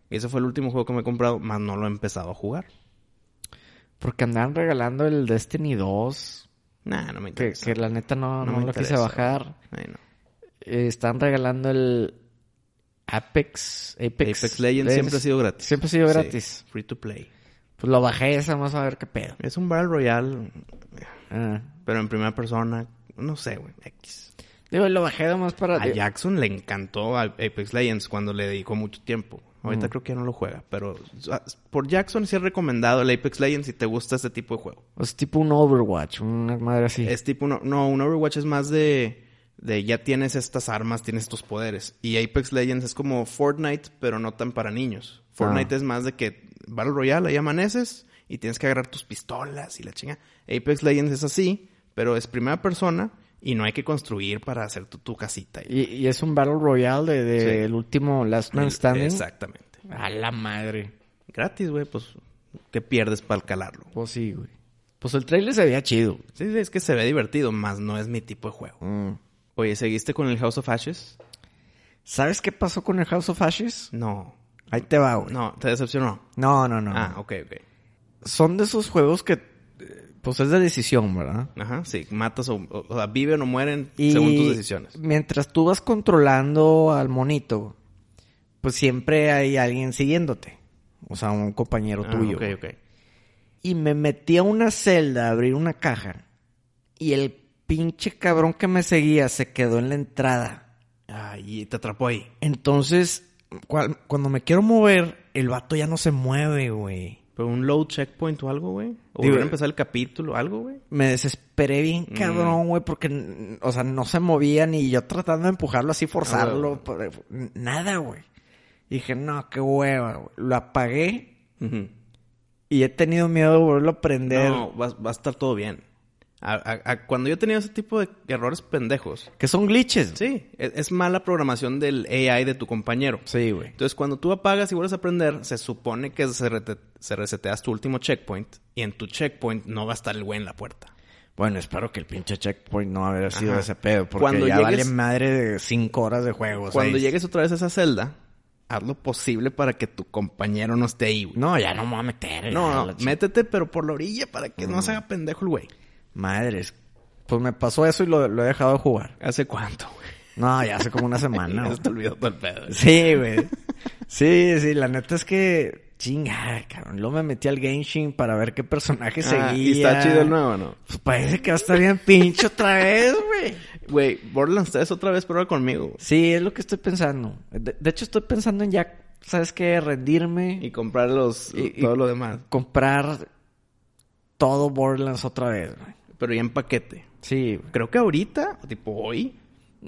S3: Y ese fue el último juego que me he comprado, más no lo he empezado a jugar.
S1: Porque andaban regalando el Destiny 2,
S3: Nah, no me
S1: que,
S3: interesa.
S1: que la neta no,
S3: No
S1: no,
S3: me
S1: lo quise
S3: interesa.
S1: bajar.
S3: Ay, no.
S1: Eh, están regalando el Apex. Apex,
S3: Apex Legends siempre ha sido gratis.
S1: Siempre ha sido
S3: Sí,
S1: gratis.
S3: free to play.
S1: Pues lo bajé esa, vamos a ver qué pedo.
S3: Es un Battle Royale,
S1: Ah.
S3: pero en primera persona, no sé, güey, X.
S1: Digo, lo bajé nomás para...
S3: A Jackson le encantó a Apex Legends cuando le dedicó mucho tiempo. Ahorita creo que ya no lo juega, pero ah, por Jackson sí es recomendado el Apex Legends si te gusta este tipo de juego.
S1: O sea, tipo un Overwatch, una madre así.
S3: Es tipo, uno, no, un Overwatch es más de, de ya tienes estas armas, tienes estos poderes. Y Apex Legends es como Fortnite, pero no tan para niños. Fortnite es más de que Battle Royale, ahí amaneces y tienes que agarrar tus pistolas y la chinga. Apex Legends es así, pero es primera persona y no hay que construir para hacer tu, tu casita.
S1: Y, y es un Battle Royale de, de
S3: Sí.
S1: el último Last Man Standing.
S3: Exactamente.
S1: A la madre.
S3: Gratis, güey, pues, ¿qué pierdes para calarlo?
S1: Pues sí, güey. Pues el trailer se veía chido.
S3: Sí, sí, es que se ve divertido, más no es mi tipo de juego. Oye, ¿seguiste con el House of Ashes?
S1: ¿Sabes qué pasó con el House of Ashes?
S3: No.
S1: Ahí te va, güey.
S3: No, te decepcionó.
S1: No, no, no.
S3: Ah, ok, ok.
S1: Son de esos juegos que... eh, Pues es de decisión, ¿verdad?
S3: Ajá, sí. Matas o, o- o sea, viven o mueren
S1: Y
S3: según tus decisiones.
S1: Mientras tú vas controlando al monito, pues siempre hay alguien siguiéndote. O sea, un compañero
S3: Ah,
S1: tuyo.
S3: ok, ok.
S1: Y me metí a una celda a abrir una caja. Y el pinche cabrón que me seguía se quedó en la entrada.
S3: Ah, y te atrapó ahí.
S1: Entonces, cual- cuando me quiero mover, el vato ya no se mueve, güey.
S3: ¿Pero un low checkpoint o algo, güey? ¿O
S1: Digo,
S3: volver a empezar el capítulo algo, güey?
S1: Me desesperé bien
S3: Mm.
S1: cabrón, güey, porque, n- o sea, no se movía ni yo tratando de empujarlo así, forzarlo,
S3: Ah,
S1: por- nada, güey. Y Dije, no, qué hueva, güey. Lo apagué
S3: Ujú.
S1: y he tenido miedo de volverlo a prender.
S3: No, va, va a estar todo bien. A- a- a- cuando yo he tenido ese tipo de errores pendejos.
S1: Que son glitches.
S3: Sí, es, es mala programación del AI de tu compañero.
S1: Sí, güey.
S3: Entonces, cuando tú apagas y vuelves a prender, se supone que se, rete- se reseteas tu último checkpoint y en tu checkpoint no va a estar el güey en la puerta.
S1: Bueno, espero que el pinche checkpoint no haber sido
S3: Ajá.
S1: ese pedo, porque
S3: Cuando
S1: ya
S3: llegues-
S1: vale madre de cinco horas de juego.
S3: Cuando
S1: seis.
S3: llegues otra vez a esa celda, haz lo posible para que tu compañero no esté ahí, güey.
S1: No, ya no me voy Eh, a meter. ya,
S3: No, no,
S1: la chi-
S3: métete, pero por la orilla para que no
S1: Mm.
S3: se haga pendejo el güey.
S1: Madres. Pues me pasó eso y lo, lo he dejado de jugar.
S3: ¿Hace
S1: *laughs*
S3: cuánto, güey?
S1: No, ya hace como
S3: *laughs*
S1: una semana.
S3: Ya
S1: güey.
S3: se te olvidó todo el pedo. güey.
S1: Sí, güey. Sí, sí, la neta es que chingada, cabrón. Luego me metí al Genshin para ver qué personaje
S3: Ah,
S1: seguía.
S3: y está chido el nuevo, ¿no?
S1: Pues parece que va a estar bien pinche otra vez, güey.
S3: Güey, Borderlands 3 otra vez prueba conmigo.
S1: Sí, es lo que estoy pensando. De, de hecho, estoy pensando en ya, ¿sabes qué? Rendirme
S3: Y comprar los,
S1: Y- y-
S3: todo lo demás.
S1: comprar todo Borderlands otra vez, güey.
S3: Pero ya en paquete.
S1: Sí, güey.
S3: Creo que ahorita, o tipo hoy,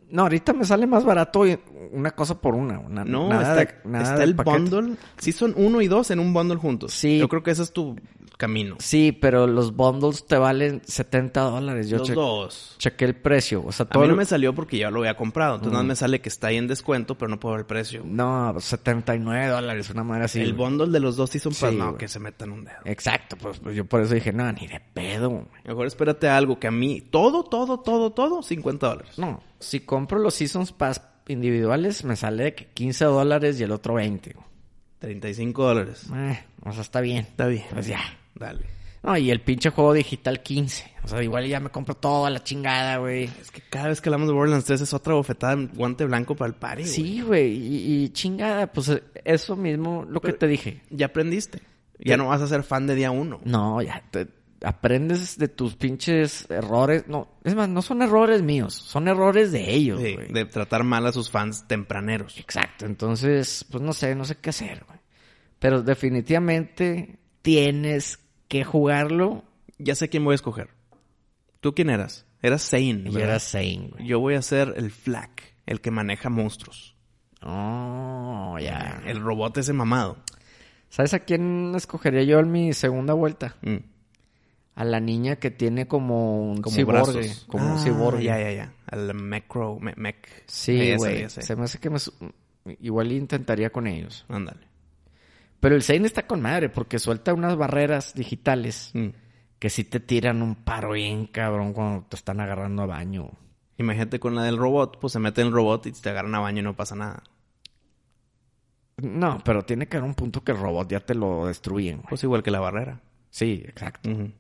S1: No, ahorita me sale más barato y- una cosa por una. una
S3: No,
S1: nada
S3: está,
S1: de- nada
S3: está
S1: del
S3: el
S1: paquete.
S3: bundle. Sí, son uno y dos en un bundle juntos.
S1: Sí.
S3: Yo creo que ese es tu camino.
S1: Sí, pero los bundles te valen 70 dólares. Yo
S3: Los
S1: che-
S3: dos.
S1: chequé el precio. O sea,
S3: A
S1: todo Mm.
S3: mí no
S1: el-
S3: me salió porque ya lo había comprado. Entonces nada más me sale que está ahí en descuento, pero no puedo ver el precio.
S1: No, 79 dólares, una madre así.
S3: el
S1: güey.
S3: bundle de los dos sí son para...
S1: Sí,
S3: no,
S1: güey.
S3: que se metan un dedo.
S1: Exacto, pues, pues yo por eso dije, no, ni de pedo. güey.
S3: Mejor espérate a algo que a mí... Todo, todo, todo, todo, 50 dólares.
S1: No, si compro los Seasons Pass individuales, me sale de que 15 dólares y el otro 20. güey.
S3: 35 dólares.
S1: Eh, o sea, está bien.
S3: Está bien.
S1: Pues ya.
S3: Dale.
S1: No, y el pinche juego digital 15. O sea, igual ya me compro toda la chingada, güey.
S3: Es que cada vez que hablamos de Borderlands 3 es otra bofetada en guante blanco para el party. güey.
S1: Sí, güey, y, y chingada, pues eh, eso mismo lo que te dije.
S3: Ya aprendiste. Ya no vas a ser fan de día uno.
S1: No, ya te- aprendes de tus pinches errores. No, es más, no son errores míos, son errores de ellos,
S3: Sí,
S1: güey.
S3: de tratar mal a sus fans tempraneros.
S1: Exacto, entonces, pues no sé, no sé qué hacer, güey. Pero definitivamente tienes que jugarlo
S3: Ya sé quién voy a escoger. ¿Tú quién eras? Eras Zane,
S1: y
S3: ¿verdad?
S1: era Zane, güey.
S3: Yo voy a ser el Flack, el que maneja monstruos.
S1: Oh, ya.
S3: El robot ese mamado.
S1: ¿Sabes a quién escogería yo en mi segunda vuelta?
S3: Mm.
S1: A la niña que tiene como un
S3: Como
S1: ciborgue.
S3: brazos.
S1: Como un
S3: Ah,
S1: ciborgue.
S3: Ya, ya, ya. Al macro, me- mech.
S1: Sí,
S3: Ese,
S1: güey.
S3: ese.
S1: Se me hace que me... su- Igual intentaría con ellos.
S3: Ándale.
S1: Pero el Zane está con madre porque suelta unas barreras digitales
S3: Mm.
S1: que sí te tiran un paro bien cabrón cuando te están agarrando a baño.
S3: Imagínate con la del robot, pues se mete en el robot y te agarran a baño y no pasa nada.
S1: No, pero tiene que haber un punto que el robot ya te lo destruyen. güey.
S3: Pues igual que la barrera.
S1: Sí, exacto.
S3: Ujú.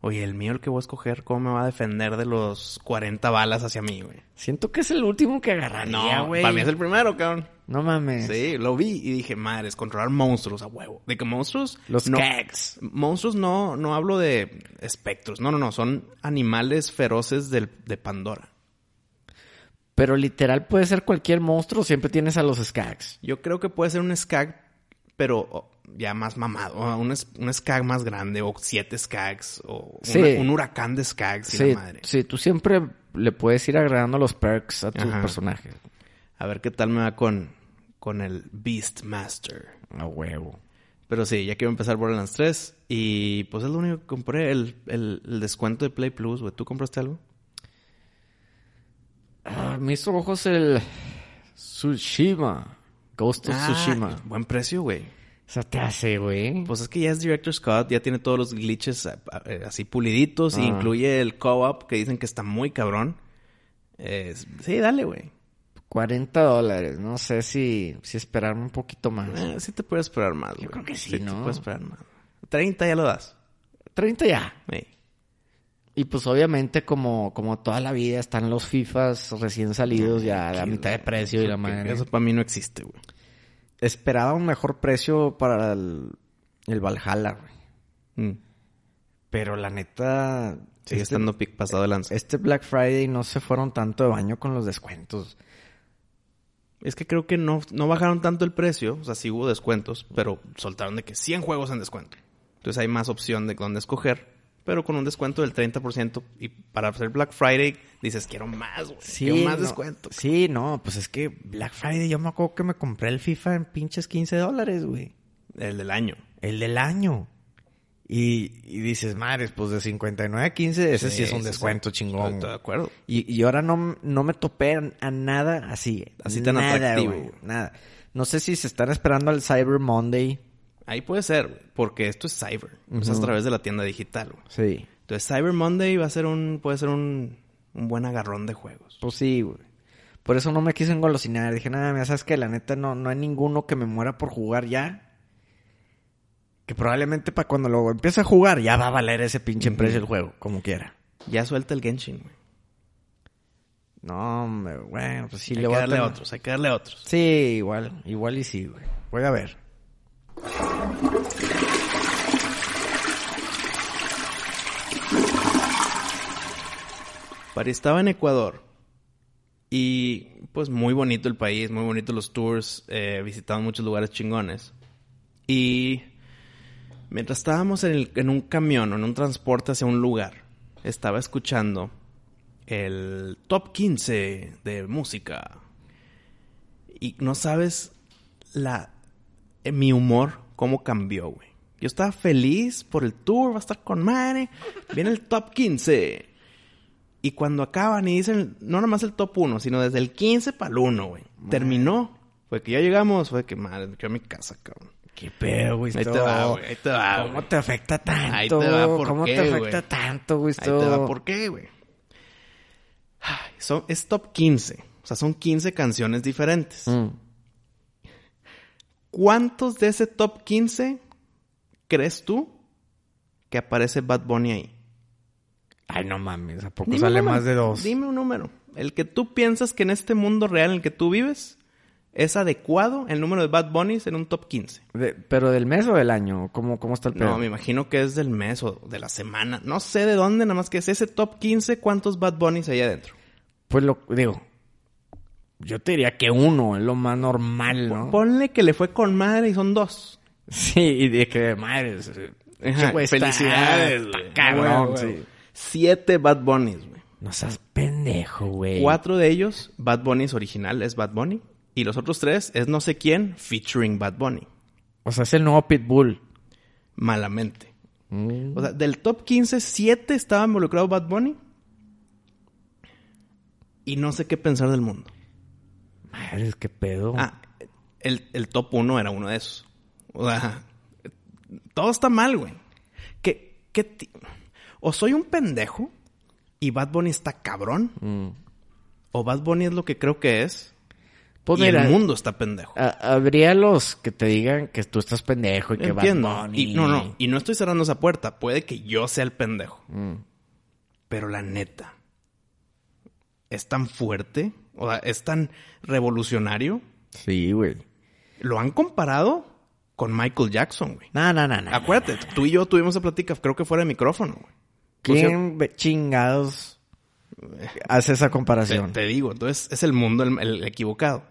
S3: Oye, el mío, el que voy a escoger, ¿cómo me va a defender de los 40 balas hacia mí, güey?
S1: Siento que es el último que agarraría, güey.
S3: para mí es el primero, cabrón.
S1: No mames.
S3: Sí, lo vi y dije, madres, controlar monstruos a huevo. De que monstruos.
S1: Los
S3: no,
S1: cags.
S3: Monstruos no, no hablo de espectros. No, no, no. Son animales feroces del, de Pandora.
S1: Pero literal puede ser cualquier monstruo, siempre tienes a los skags.
S3: Yo creo que puede ser un skag, pero oh, ya más mamado. o Un, es- un skag más grande, o siete skags, o
S1: Sí.
S3: una- un huracán de skags, y
S1: Sí,
S3: la madre.
S1: sí, tú siempre le puedes ir agregando los perks a tus
S3: Ajá.
S1: personajes.
S3: A ver qué tal me va con, con el Beastmaster.
S1: A huevo.
S3: Pero sí, ya quiero empezar Borderlands 3. Y pues es lo único que compré, el, el, el descuento de Play Plus, güey. ¿Tú compraste algo?
S1: Ah, mis ojos el Tsushima. Ghost of Tsushima.
S3: Ah, Buen precio, güey.
S1: Eso te hace, güey.
S3: Pues es que ya es Director Scott, ya tiene todos los glitches a- a- eh, así puliditos. Y
S1: Ah.
S3: incluye el co-op que dicen que está muy cabrón. Eh, sí, dale, güey.
S1: 40 dólares. No sé si, si esperarme un poquito más.
S3: Eh, sí te puedes esperar más, güey.
S1: creo que sí,
S3: te
S1: ¿no?
S3: puedes esperar más. 30 ya lo das.
S1: 30 ya.
S3: Ey.
S1: Y pues obviamente como, como toda la vida están los FIFAs recién salidos ya a mitad de precio y la madre.
S3: Eso para mí no existe, güey.
S1: Esperaba un mejor precio para el, el Valhalla, güey.
S3: Mm.
S1: Pero la neta...
S3: Sigue
S1: este-
S3: estando pic pasado de lanza.
S1: Este Black Friday no se fueron tanto de baño con los descuentos.
S3: Es que creo que no, no bajaron tanto el precio, o sea, sí hubo descuentos, pero soltaron de que 100 juegos en descuento. Entonces hay más opción de dónde escoger, pero con un descuento del 30% y para hacer Black Friday dices, quiero más, güey. quiero más
S1: no.
S3: descuento.
S1: Sí, no, pues es que Black Friday, yo me acuerdo que me compré el FIFA en pinches 15 dólares, güey.
S3: El del año.
S1: El del año. Y, y dices, madres, pues de 59 a 15, ese sí, es un descuento
S3: Estoy-
S1: chingón.
S3: Estoy de
S1: güey.
S3: acuerdo.
S1: Y, y ahora no, no me topé a nada así.
S3: Así tan
S1: nada,
S3: atractivo.
S1: güey, Nada. No sé si se están esperando al Cyber Monday.
S3: Ahí puede ser, güey, porque esto es cyber. O sea, es a través de la tienda digital, güey.
S1: Sí.
S3: Entonces Cyber Monday va a ser un, puede ser un, un buen agarrón de juegos.
S1: Pues sí, güey. Por eso no me quise engolosinar. Dije, nada, mira, sabes que la neta no, no hay ninguno que me muera por jugar ya. Que probablemente para cuando lo empiece a jugar ya va a valer ese pinche precio el juego, como quiera.
S3: Ya suelta el Genshin, güey.
S1: No, hombre, bueno, pues sí
S3: Hay
S1: le
S3: que
S1: voy a
S3: darle a
S1: tener-
S3: otros, hay que darle a otros.
S1: Sí, igual, igual y sí, güey. Voy a ver.
S3: Pari estaba en Ecuador y pues muy bonito el país, muy bonito los tours, eh, visitamos muchos lugares chingones. Y mientras estábamos en, el- en un camión o en un transporte hacia un lugar, estaba escuchando el top 15 de música. Y no sabes la eh, mi humor cómo cambió, güey. Yo estaba feliz por el tour, va a estar con madre. Viene el top 15. Y cuando acaban y dicen, no nomás el top 1, sino desde el 15 para el 1, güey. Terminó. Fue que ya llegamos, fue que madre, me quedo en mi casa, cabrón.
S1: Qué pedo, güey.
S3: Ahí te
S1: esto.
S3: va, güey, ahí te va,
S1: ¿Cómo
S3: güey.
S1: te afecta tanto?
S3: Ahí te va, ¿por
S1: ¿Cómo
S3: qué,
S1: te afecta
S3: güey?
S1: tanto, güey?
S3: Ahí te va, ¿por qué, güey? Ay, Son, es top 15. O sea, son 15 canciones diferentes.
S1: Mm.
S3: ¿Cuántos de ese top 15 crees tú que aparece Bad Bunny ahí?
S1: Ay, no mames, ¿a poco Pues sale
S3: un número.
S1: más de dos?
S3: Dime un número. El que tú piensas que en este mundo real en el que tú vives es adecuado el número de Bad Bunnies en un top 15.
S1: De- ¿Pero del mes o del año? ¿Cómo, cómo está el pedo?
S3: No, me imagino que es del mes o de la semana. No sé de dónde, nada más que es ese top 15, ¿cuántos Bad Bunnies hay adentro?
S1: Pues lo digo. Yo te diría que uno es lo más normal, ¿no?
S3: Ponle que le fue con madre y son dos.
S1: Sí, y de que madre. eh,
S3: Ajá, felicidades, güey. Güey, güey. Siete Bad Bunnies, güey.
S1: No seas pendejo, güey.
S3: Cuatro de ellos, Bad Bunny es original, es Bad Bunny. Y los otros tres es no sé quién featuring Bad Bunny.
S1: O sea, es el nuevo Pitbull.
S3: Malamente. O sea, del top 15, 7 estaba involucrado Bad Bunny. Y no sé qué pensar del mundo.
S1: Madre, qué pedo.
S3: Ah, el, el top 1 era uno de esos. O sea, todo está mal, güey. ¿Qué, qué ti- O soy un pendejo y Bad Bunny está cabrón.
S6: Mm.
S3: O Bad Bunny es lo que creo que es.
S6: Pues
S3: y
S6: mira, ah,
S3: el mundo está pendejo.
S6: a- habría los que te digan que tú estás pendejo y que Bad
S3: Entiendo.
S6: Bunny-
S3: Y, no, no. Y no estoy cerrando esa puerta. Puede que yo sea el pendejo.
S6: Mm.
S3: Pero la neta. Es tan fuerte. O sea, es tan revolucionario.
S1: Sí, güey.
S3: Lo han comparado con Michael Jackson, güey.
S1: No, no, no, no.
S3: Acuérdate, tú y yo tuvimos esa plática, creo que fuera de micrófono, güey.
S1: ¿Quién ve- chingados hace esa
S3: Te,
S1: comparación?
S3: te digo, entonces es el mundo el, el equivocado.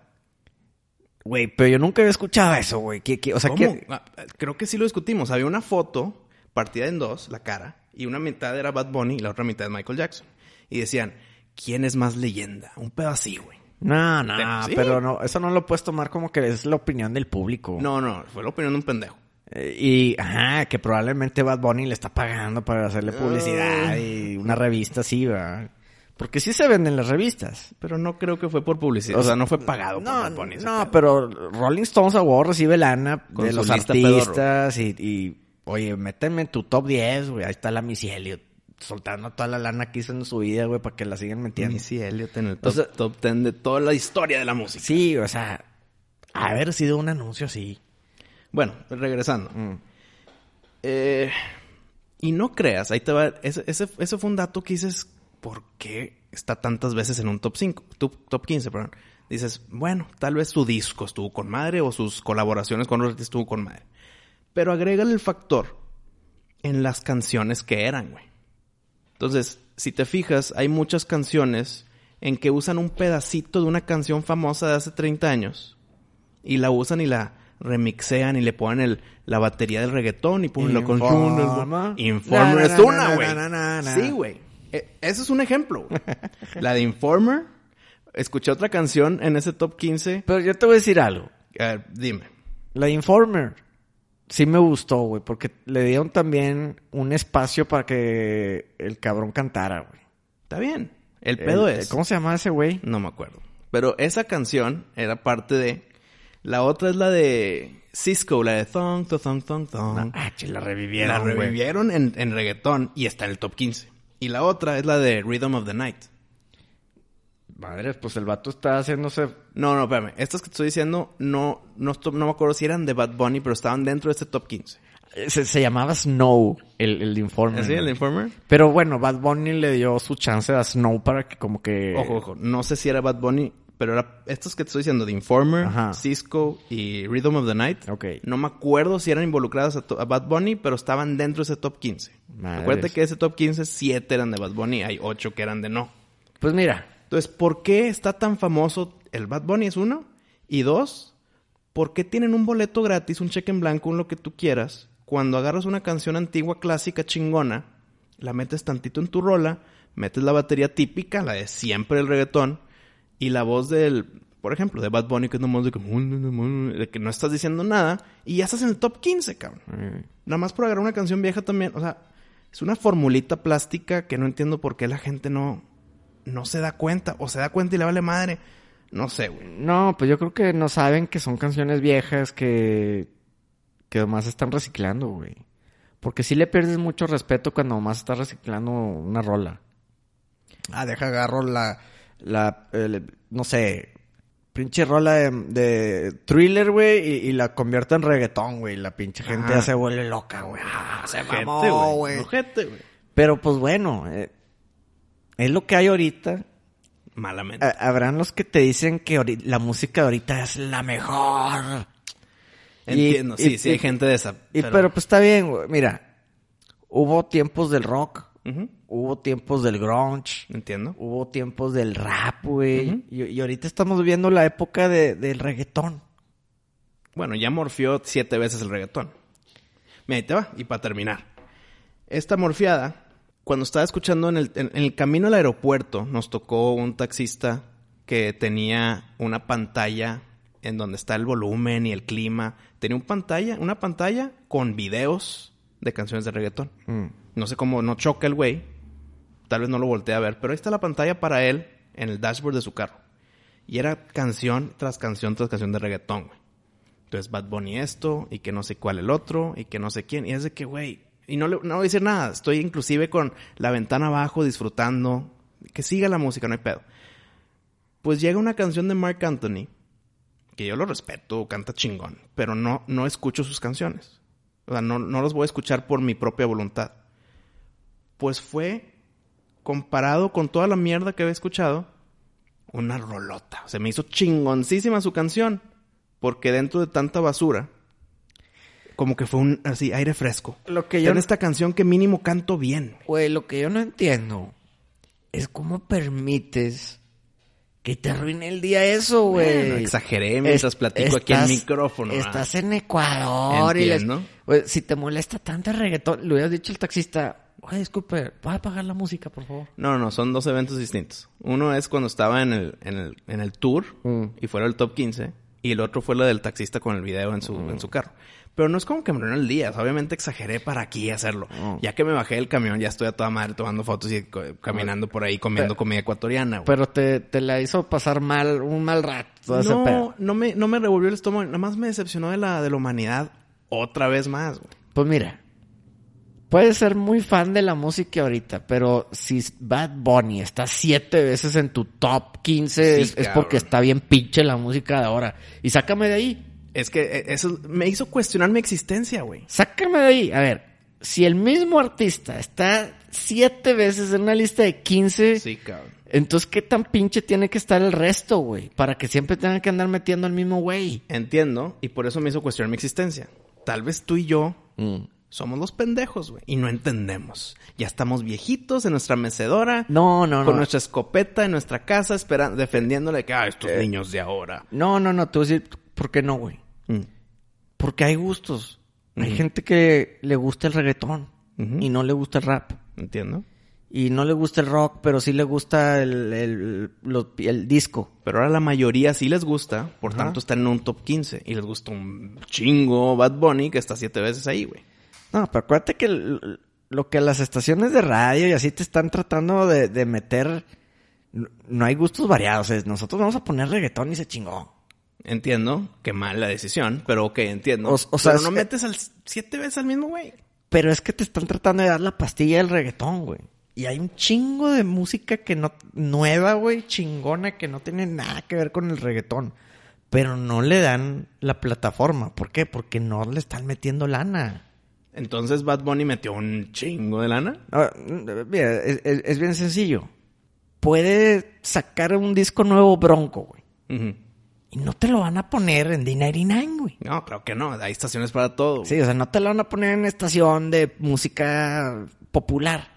S1: Güey, pero yo nunca había escuchado eso, güey. ¿Qué- qué- O sea,
S3: ¿Cómo?
S1: ¿qué-
S3: Ah, Creo que sí lo discutimos. Había una foto partida en dos, la cara, y una mitad era Bad Bunny y la otra mitad es Michael Jackson. Y decían, ¿quién es más leyenda? Un pedo así, güey.
S1: No, no,
S3: Sí.
S1: pero no, eso no lo puedes tomar como que es la opinión del público.
S3: No, no, fue la opinión de un pendejo.
S1: Eh, Y, ajá, que probablemente Bad Bunny le está pagando para hacerle
S3: Ah.
S1: publicidad y una revista así, ¿verdad? Porque sí se venden las revistas.
S3: Pero no creo que fue por publicidad. O sea, no fue pagado por Bad Bunny. ese
S1: No,
S3: pedo.
S1: pero Rolling Stones Award recibe lana
S3: Con
S1: de
S3: su
S1: los
S3: lista
S1: artistas y, y, oye, méteme en tu top 10, güey. Ahí está la Missy Elliott soltando toda la lana que hizo en su vida, güey, para que la sigan metiendo.
S3: Missy Elliott en el top,
S1: O sea-
S3: top 10 de toda la historia de la música.
S1: Sí, o sea, haber sido un anuncio así.
S3: Bueno, regresando. Eh, y no creas, ahí te va. Ese, ese- ese fue un dato que dices, ¿por qué está tantas veces en un top 5? Top, top 15, perdón. Dices, bueno, tal vez su disco estuvo con madre o sus colaboraciones con Rolex estuvo con madre. Pero agrégale el factor en las canciones que eran, güey. Entonces, si te fijas, hay muchas canciones en que usan un pedacito de una canción famosa de hace 30 años y la usan y la remixean y le ponen el, la batería del reggaetón y ponen lo con
S1: Informa.
S3: Informer
S1: Na, na,
S3: es
S1: na,
S3: una,
S1: na,
S3: güey.
S1: na, na, na.
S3: Sí, güey. E- ese es
S1: *laughs*
S3: un ejemplo. güey. la de Informer. Escuché otra canción en ese top 15.
S1: Pero yo te voy a decir algo.
S3: A ver, dime.
S1: La Informer sí me gustó, güey, porque le dieron también un espacio para que el cabrón cantara, güey.
S3: Está bien. El pedo
S1: El-
S3: es.
S1: ¿Cómo se llama ese güey?
S3: No me acuerdo. Pero esa canción era parte de. La otra es la de Cisco, la de Thong, Thong, Thong, Thong, Thong.
S1: Ah, che, la revivieron.
S3: la revivieron en, en reggaetón y está en el top 15. Y la otra es la de Rhythm of the Night.
S1: Madres, pues el vato está haciéndose.
S3: No, no, espérame. Estas que te estoy diciendo no, no, esto- no me acuerdo si eran de Bad Bunny, pero estaban dentro de este top 15.
S1: Se, se llamaba Snow, el, el informe.
S3: ¿Así? ¿El Informer?
S1: Pero bueno, Bad Bunny le dio su chance a Snow para que, como que.
S3: Ojo, ojo. No sé si era Bad Bunny, pero era estos que te estoy diciendo, The Informer,
S1: Ajá.
S3: Cisco y Rhythm of the Night.
S1: Ok.
S3: No me acuerdo si eran involucradas a, to- a Bad Bunny, pero estaban dentro de ese top 15.
S1: Madres.
S3: Acuérdate que de ese top 15, 7 eran de Bad Bunny, hay 8 que eran de no.
S1: Pues mira,
S3: Entonces, ¿por qué está tan famoso el Bad Bunny? Es uno. Y dos, ¿por qué tienen un boleto gratis, un cheque en blanco, un lo que tú quieras? Cuando agarras una canción antigua, clásica, chingona, la metes tantito en tu rola, metes la batería típica, la de siempre el reggaetón, y la voz del, por ejemplo, de Bad Bunny, que es nomás de que, de que no estás diciendo nada, y ya estás en el top 15, cabrón.
S1: eh,
S3: Nada más por agarrar una canción vieja también. O sea, es una formulita plástica que no entiendo por qué la gente no, no se da cuenta. O se da cuenta y le vale madre. No sé, güey.
S1: No, pues yo creo que no saben que son canciones viejas que, que nomás están reciclando, güey. Porque sí le pierdes mucho respeto cuando nomás estás reciclando una rola. Ah, deja agarro la, la, el- no sé, pinche rola de, de thriller, güey, y, y la convierto en reggaetón, güey. La pinche gente
S3: Ajá.
S1: ya se vuelve loca, güey. Ah, se
S3: Ojete,
S1: mamó, güey.
S3: Ojete, güey.
S1: Pero pues bueno, eh, es lo que hay ahorita.
S3: Malamente.
S1: Ha- Habrán los que te dicen que ahori- la música de ahorita es la mejor.
S3: Entiendo.
S1: y-
S3: sí,
S1: y-
S3: sí, hay
S1: y-
S3: gente de esa.
S1: Y pero, pues está bien, güey. Mira, hubo tiempos del rock,
S3: Ujú,
S1: hubo tiempos del grunge,
S3: Entiendo.
S1: hubo tiempos del rap, güey.
S3: Ujú.
S1: y, y ahorita estamos viviendo la época de- del reggaetón.
S3: Bueno, ya morfió siete veces el reggaetón. Mira, ahí te va. Y para terminar. Esta morfiada, cuando estaba escuchando en el, en- en el camino al aeropuerto, nos tocó un taxista que tenía una pantalla en donde está el volumen y el clima. Tenía un pantalla, una pantalla con videos de canciones de reggaetón.
S6: Mm.
S3: No sé cómo, no choca el güey. Tal vez no lo volteé a ver, pero ahí está la pantalla para él en el dashboard de su carro. Y era canción tras canción tras canción de reggaetón, güey. Entonces Bad Bunny esto, y que no sé cuál el otro, y que no sé quién. Y es de que, güey, Y no, le, no voy a decir nada. Estoy inclusive con la ventana abajo disfrutando. Que siga la música, no hay pedo. Pues llega una canción de Mark Anthony, que yo lo respeto, canta chingón, pero no, no escucho sus canciones. O sea, no, no los voy a escuchar por mi propia voluntad. Pues fue, comparado con toda la mierda que había escuchado, una rolota. Se me hizo chingoncísima su canción, porque dentro de tanta basura, como que fue un así aire fresco.
S1: Lo que
S3: Que
S1: yo...
S3: en esta canción que mínimo canto bien.
S6: Güey, lo que yo no entiendo es cómo permites que te arruine el día eso, güey.
S3: Bueno, exageré mientras
S6: Eh, Es-
S3: platico aquí al
S6: estás-
S3: micrófono. ah. ¿verdad?
S6: Estás en Ecuador y les-
S3: Entiendo.
S6: Güey, si te molesta tanto el reggaetón, le hubieras dicho al taxista, oye, disculpe, ¿puedes apagar la música, por favor?
S3: No, no, son dos eventos distintos. Uno es cuando estaba en el, en el, en el tour
S6: Mm.
S3: y fuera el top 15. Y el otro fue la del taxista con el video en su, en
S6: Mm.
S3: su carro. Pero no es como que me arruinó el día. o sea, Obviamente exageré para aquí hacerlo. Ya que me bajé del camión, ya estoy a toda madre tomando fotos y co- caminando por ahí comiendo comida ecuatoriana. güey.
S6: Pero te, te la hizo pasar mal, un mal rato. todo ese pedo.
S3: no, no me, no me revolvió el estómago. Nada más me decepcionó de la, de la humanidad otra vez más. güey.
S6: Pues mira, puedes ser muy fan de la música ahorita, pero si Bad Bunny está siete veces en tu top 15,
S3: Sí,
S6: es, es
S3: cabrón.
S6: porque está bien pinche la música de ahora. Y sácame de ahí,
S3: Es que eh, eso me hizo cuestionar mi existencia, güey.
S6: sácame de ahí. A ver, si el mismo artista está siete veces en una lista de 15,
S3: cabrón.
S6: entonces ¿qué tan pinche tiene que estar el resto, güey? Para que siempre tengan que andar metiendo al mismo güey.
S3: Entiendo, y por eso me hizo cuestionar mi existencia. Tal vez tú y yo somos los pendejos, güey, y no entendemos. Ya estamos viejitos en nuestra mecedora,
S6: No, no,
S3: con
S6: no.
S3: nuestra escopeta en nuestra casa, esperando, defendiéndole de que, ah,
S1: Eh.
S3: estos niños de ahora.
S6: No, no, no, te voy a decir, ¿por qué no, güey?
S3: Mm.
S6: Porque hay gustos. Hay gente que le gusta el reggaetón y no le gusta el rap.
S3: Entiendo.
S6: Y no le gusta el rock, pero sí le gusta el, el- lo- el disco.
S3: Pero ahora la mayoría sí les gusta, por tanto están en un top 15 y les gusta un chingo Bad Bunny que está siete veces ahí, güey.
S1: No, pero acuérdate que l- lo que las estaciones de radio y así te están tratando de, de meter... n- No hay gustos variados. es, nosotros vamos a poner reggaetón y se chingó.
S3: Entiendo, qué mala decisión, pero ok, entiendo.
S1: O- o sea,
S3: pero
S1: es
S3: no
S1: que-
S3: metes al siete veces al mismo güey.
S1: Pero es que te están tratando de dar la pastilla del reggaetón, güey. Y hay un chingo de música que no... Nueva, güey, chingona, que no tiene nada que ver con el reggaetón. Pero no le dan la plataforma. ¿Por qué? Porque no le están metiendo lana.
S3: Entonces Bad Bunny metió un chingo de lana.
S1: Ah, mm, Mira, es, es- es bien sencillo. Puede sacar un disco nuevo bronco, güey.
S3: Ujú.
S1: Y no te lo van a poner en D99, güey.
S3: No, claro que no. Hay estaciones para todo.
S1: Sí, o sea, no te lo van a poner en estación de música popular.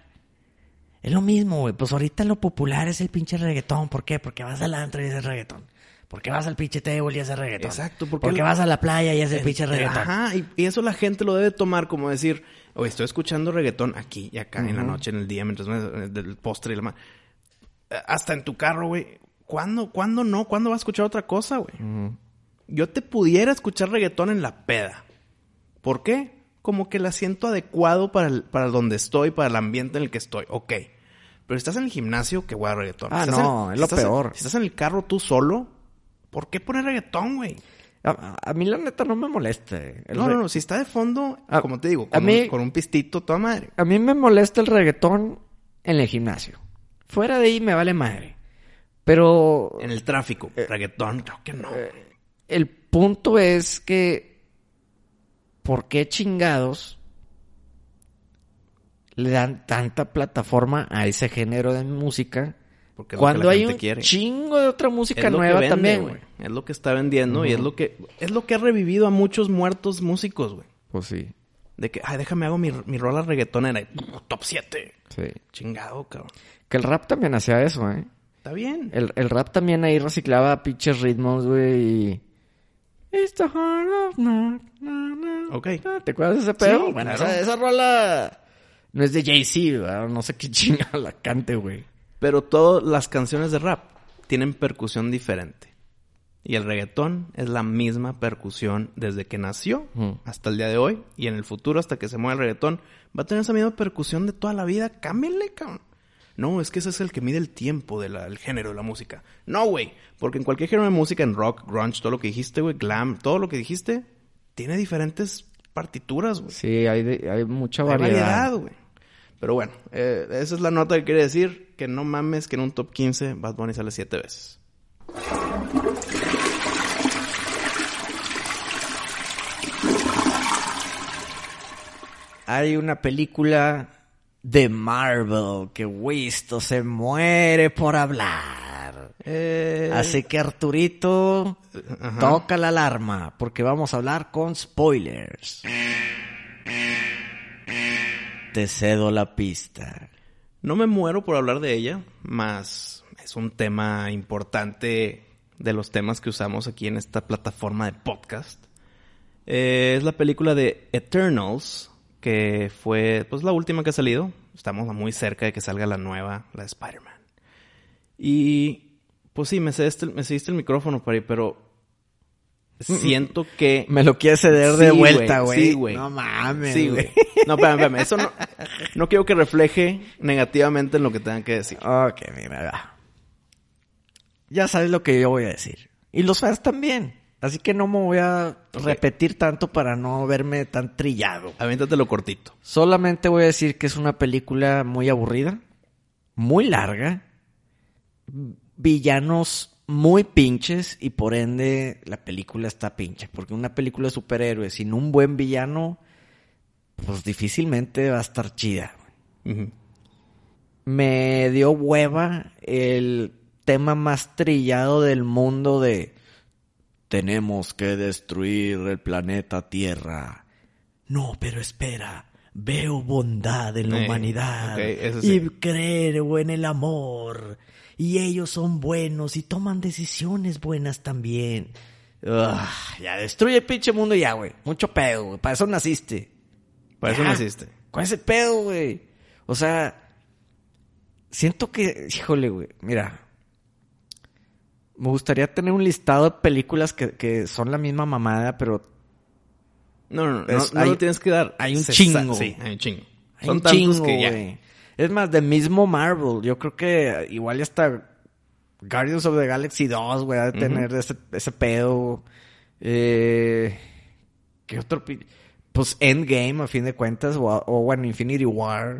S1: Es lo mismo, güey. Pues ahorita lo popular es el pinche reggaetón. ¿Por qué? Porque vas al antro y es el reggaetón. Porque vas al pinche table y es el reggaetón.
S3: Exacto, porque
S1: Porque,
S3: el-
S1: vas a la playa y es el pinche reggaetón.
S3: Ajá, y, y eso la gente lo debe tomar como decir, oye, estoy escuchando reggaetón aquí y acá, en la noche, en el día, mientras me- del postre y la ma- Eh, Hasta en tu carro, güey. ¿Cuándo, cuándo no? ¿Cuándo vas a escuchar otra cosa, güey? Yo te pudiera escuchar reggaetón en la peda. ¿Por qué? Como que la siento adecuado para, el- para donde estoy, para el ambiente en el que estoy. Ok. Pero si estás en el gimnasio, que guay reggaetón.
S1: Ah,
S3: Si estás
S1: no,
S3: en-
S1: es
S3: si
S1: lo
S3: estás en-
S1: peor.
S3: si estás en el carro tú solo, ¿por qué poner reggaetón, güey?
S1: A, a mí la neta no me molesta. eh. El
S3: No,
S1: re-
S3: no, no, si está de fondo,
S6: Ah,
S3: como te digo,
S6: a
S3: con,
S6: mí-
S3: un, con un pistito, toda madre.
S6: A mí me molesta el reggaetón en el gimnasio. Fuera de ahí me vale madre. Pero
S3: En el tráfico,
S6: Eh,
S3: reggaetón, claro que no.
S6: el punto es que ¿por qué chingados le dan tanta plataforma a ese género de música
S3: Porque es lo que
S6: cuando
S3: la
S6: hay
S3: gente
S6: un
S3: quiere.
S6: chingo de otra
S3: Es
S6: música
S3: lo que
S6: nueva
S3: vende,
S6: también,
S3: güey.
S6: güey?
S3: Es lo que está vendiendo y es lo que es lo que ha revivido a muchos muertos músicos, güey.
S6: Pues sí,
S3: De que, ay, déjame hago mi, mi rola reggaetonera. Y, top 7.
S6: sí.
S3: Chingado, cabrón.
S6: Que el rap también hacía eso, ¿eh?
S3: Está bien.
S6: El, el rap también ahí reciclaba pinches ritmos, güey. y- It's the heart of knock, knock, knock.
S3: Ok.
S6: Ah, ¿Te acuerdas de ese pedo?
S3: Sí,
S6: bueno,
S3: claro.
S6: esa, esa rola no es de Jay-Z, ¿verdad? no sé qué *laughs* chinga la cante, güey.
S3: Pero todas las canciones de rap tienen percusión diferente. Y el reggaetón es la misma percusión desde que nació hasta el día de hoy. Y en el futuro, hasta que se mueva el reggaetón, va a tener esa misma percusión de toda la vida. Cámbiale, cabrón. No, es que ese es el que mide el tiempo del género de la música. No, güey. Porque en cualquier género de música, en rock, grunge, todo lo que dijiste, güey, glam, todo lo que dijiste, tiene diferentes partituras, güey.
S6: Sí, hay, de- hay mucha
S3: Hay
S6: variedad.
S3: variedad, güey. Pero bueno, eh, esa es la nota que quiere decir que no mames que en un top 15 Bad Bunny sale 7 veces.
S1: Hay una película de Marvel que Wisto se muere por hablar.
S3: Eh,
S1: Así que Arturito, toca la alarma porque vamos a hablar con spoilers. Te cedo la pista.
S3: No me muero por hablar de ella, más es un tema importante de los temas que usamos aquí en esta plataforma de podcast. Eh, es la película de Eternals, que fue pues la última que ha salido. Estamos muy cerca de que salga la nueva, la de Spider-Man. Y pues sí, me cediste, me cediste el micrófono, Pari, pero siento que...
S1: Me lo quiere ceder de
S3: Sí,
S1: vuelta, güey.
S3: Sí, güey.
S1: No mames.
S3: Sí, güey. No, espérame, espérame. Eso no, no quiero que refleje negativamente en lo que tengan que decir.
S1: Ok, mira, va. Ya sabes lo que yo voy a decir. Y los fans también. Así que no me voy a repetir tanto para no verme tan trillado.
S3: Aviéntatelo cortito.
S1: Solamente voy a decir que es una película muy aburrida, muy larga, villanos muy pinches y por ende la película está pinche. Porque una película de superhéroes sin un buen villano, pues difícilmente va a estar chida.
S3: Ujú.
S1: me dio hueva el tema más trillado del mundo de tenemos que destruir el planeta Tierra. No, pero espera, veo bondad en la
S3: Eh,
S1: humanidad
S3: ok, eso sí.
S1: y creo en el amor y ellos son buenos y toman decisiones buenas también. Ugh, ya destruye el pinche mundo ya, güey. Mucho pedo, güey. Para eso naciste.
S3: Para eso
S1: Ya.
S3: naciste.
S1: ¿Cuál es el pedo, güey? O sea, siento que, híjole, güey, mira. Me gustaría tener un listado de películas que, que son la misma mamada, pero
S3: No, no, no.
S1: Es-
S3: no
S1: hay-
S3: lo tienes que dar.
S1: hay un
S3: Se
S1: chingo.
S3: sa- Sí, hay un chingo.
S1: hay
S3: Son
S1: un
S3: tantos
S1: chingo,
S3: que ya.
S1: güey. Es más, del mismo Marvel. Yo creo que igual hasta Guardians of the Galaxy 2, güey, ha de tener ese, ese pedo. Eh, ¿Qué otro? pi- Pues Endgame, a fin de cuentas, o, o bueno, Infinity War.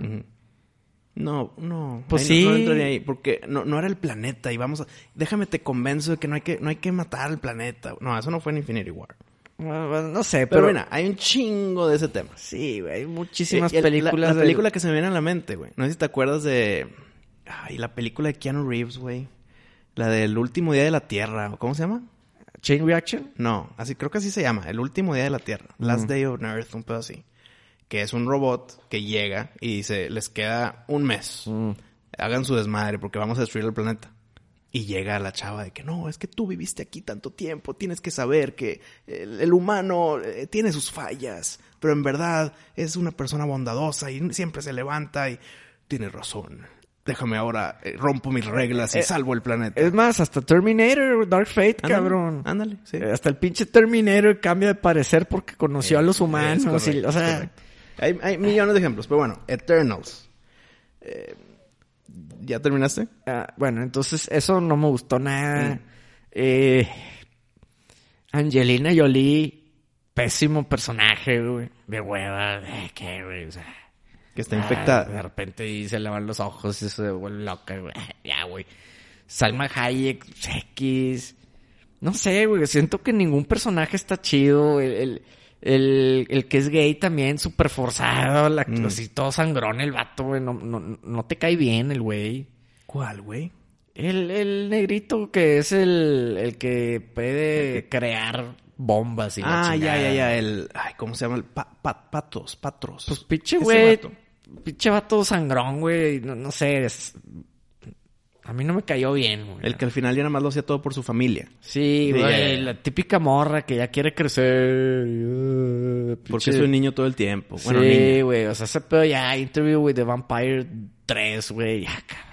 S3: No, no.
S1: Pues
S3: Ahí no- No,
S1: sí.
S3: entraría ahí porque no, no era el planeta y vamos a... Déjame te convenzo de que no hay que, no hay que matar al planeta. No, eso no fue en Infinity War. Pero,
S1: Bueno, bueno, No sé, pero...
S3: mira, hay un chingo de ese tema.
S1: Sí, güey, hay muchísimas
S3: Eh, el- la-
S1: películas.
S3: La,
S1: de-
S3: película que se me viene a la mente, güey. No sé si te acuerdas de... Ay, la película de Keanu Reeves, güey. La del último día de la Tierra. ¿o ¿Cómo se llama?
S1: Chain Reaction.
S3: No, así creo que así se llama, el último día de la Tierra, Last Day on Earth, un pedo así, que es un robot que llega y dice, les queda un mes,
S1: Mm.
S3: hagan su desmadre porque vamos a destruir el planeta. Y llega la chava de que no, es que tú viviste aquí tanto tiempo, tienes que saber que el, el humano eh, tiene sus fallas, pero en verdad es una persona bondadosa y siempre se levanta y tiene razón. Déjame ahora, eh, rompo mis reglas y salvo el planeta.
S1: Es más, hasta Terminator, Dark Fate,
S3: Ándale,
S1: eh, cabrón.
S3: Ándale, Ah, sí.
S1: Eh, Hasta el pinche Terminator cambia de parecer porque conoció a los humanos.
S3: Es correcto,
S1: y- o sea,
S3: correcto. hay, hay millones de ejemplos, pero bueno, Eternals. Eh, ¿Ya terminaste?
S1: ah, bueno, entonces eso no me gustó nada. Eh, Angelina Jolie, pésimo personaje, güey. De hueva, de qué, güey. O sea,
S3: Que está
S1: Ah, de
S3: infectada.
S1: repente y se le van los ojos y se vuelve loca, güey. *laughs* Ya, güey. Salma Hayek, X. No sé, güey. Siento que ningún personaje está chido. El, el, el- el que es gay también, súper forzado. La,
S3: Mm.
S1: Así todo sangrón el vato, güey. No, no, no te cae bien el güey.
S3: ¿Cuál, güey?
S1: El, el negrito que es el, el que puede crear bombas y la
S3: Ah, ya,
S1: chingada.
S3: ya, ya. El, ay, ¿cómo se llama? El pa- pa- patos, patros.
S1: Pues pinche
S3: Ese
S1: güey.
S3: vato.
S1: Pinche vato sangrón, güey. No, no sé. es- A mí no me cayó bien, güey.
S3: El que al final ya nada más lo hacía todo por su familia.
S1: Sí,
S3: Sí,
S1: güey.
S3: ya, ya, ya.
S1: La típica morra que ya quiere crecer. y, uh,
S3: Porque
S1: pinche-
S3: es un niño todo el tiempo. Bueno,
S1: sí,
S3: niña.
S1: güey. O sea, ese pedo ya. Interview with the Vampire 3, güey. Ya, cabrón.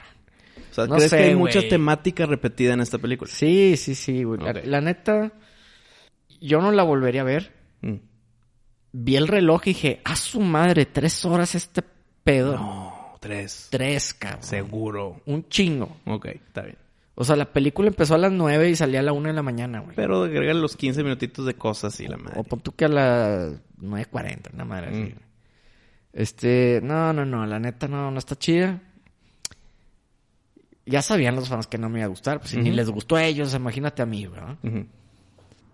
S3: O sea,
S1: no
S3: ¿crees
S1: sé,
S3: que hay
S1: güey.
S3: mucha temática repetida en esta película?
S1: Sí, sí, sí, güey. La-
S3: Ok.
S1: La, neta, yo no la volvería a ver.
S3: Mm.
S1: Vi el reloj y dije, a su madre, tres horas este pedo.
S3: No, tres.
S1: Tres, cabrón.
S3: Seguro.
S1: Un chingo.
S3: Ok, está bien.
S6: O sea, la película empezó a las 9 y salía a la 1 de la mañana, güey.
S3: Pero agrega los 15 minutitos de cosas y la madre.
S6: O pon tú que a las 9.40, una madre así.
S3: Mm.
S6: Este, no, no, no, la neta no, no está chida. Ya sabían los fans que no me iba a gustar, pues si ni les gustó a ellos, imagínate a mí, ¿verdad?
S3: Ujú.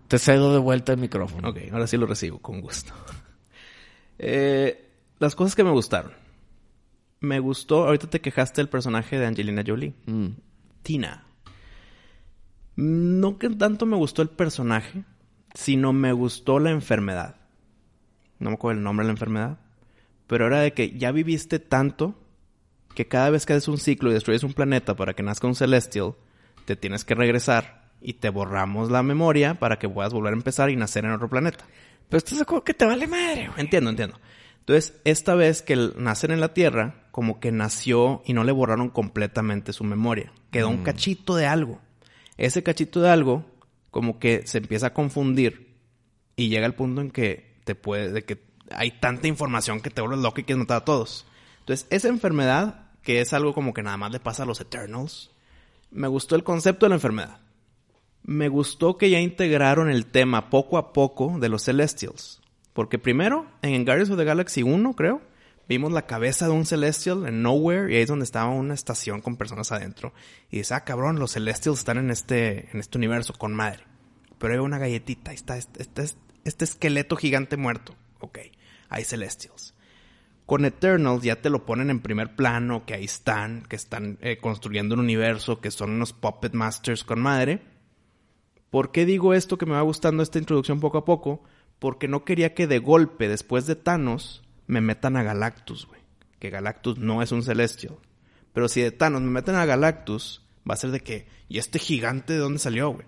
S6: Te cedo de vuelta el micrófono.
S3: Ok, ahora sí lo recibo con gusto. *laughs* Eh, las cosas que me gustaron. Me gustó, ahorita te quejaste del personaje de Angelina Jolie.
S6: Mm.
S3: Tina. No que tanto me gustó el personaje, sino me gustó la enfermedad. No me acuerdo el nombre de la enfermedad. Pero era de que ya viviste tanto que cada vez que haces un ciclo y destruyes un planeta para que nazca un celestial, te tienes que regresar y te borramos la memoria para que puedas volver a empezar y nacer en otro planeta.
S6: Pero estás de acuerdo que te vale madre, güey.
S3: Entiendo, entiendo. Entonces, esta vez que el- nacen en la Tierra, como que nació y no le borraron completamente su memoria. Quedó
S6: Mm.
S3: un cachito de algo. Ese cachito de algo, como que se empieza a confundir y llega el punto en que te puede, de que hay tanta información que te vuelves loco y quieres matar a todos. Entonces, esa enfermedad, que es algo como que nada más le pasa a los Eternals, me gustó el concepto de la enfermedad. Me gustó que ya integraron el tema poco a poco de los Celestials. Porque primero, en Guardians of the Galaxy 1, creo, vimos la cabeza de un Celestial en Nowhere y ahí es donde estaba una estación con personas adentro. Y dices, ah, cabrón, los Celestials están en este, en este universo con madre. Pero hay una galletita, ahí está este, este, este esqueleto gigante muerto. Ok, hay Celestials. Con Eternals ya te lo ponen en primer plano, que ahí están, que están eh, construyendo un universo, que son unos Puppet Masters con madre. ¿Por qué digo esto que me va gustando esta introducción poco a poco? Porque no quería que de golpe, después de Thanos, me metan a Galactus, güey. Que Galactus no es un Celestial. Pero si de Thanos me meten a Galactus, va a ser de que, ¿y este gigante de dónde salió, güey?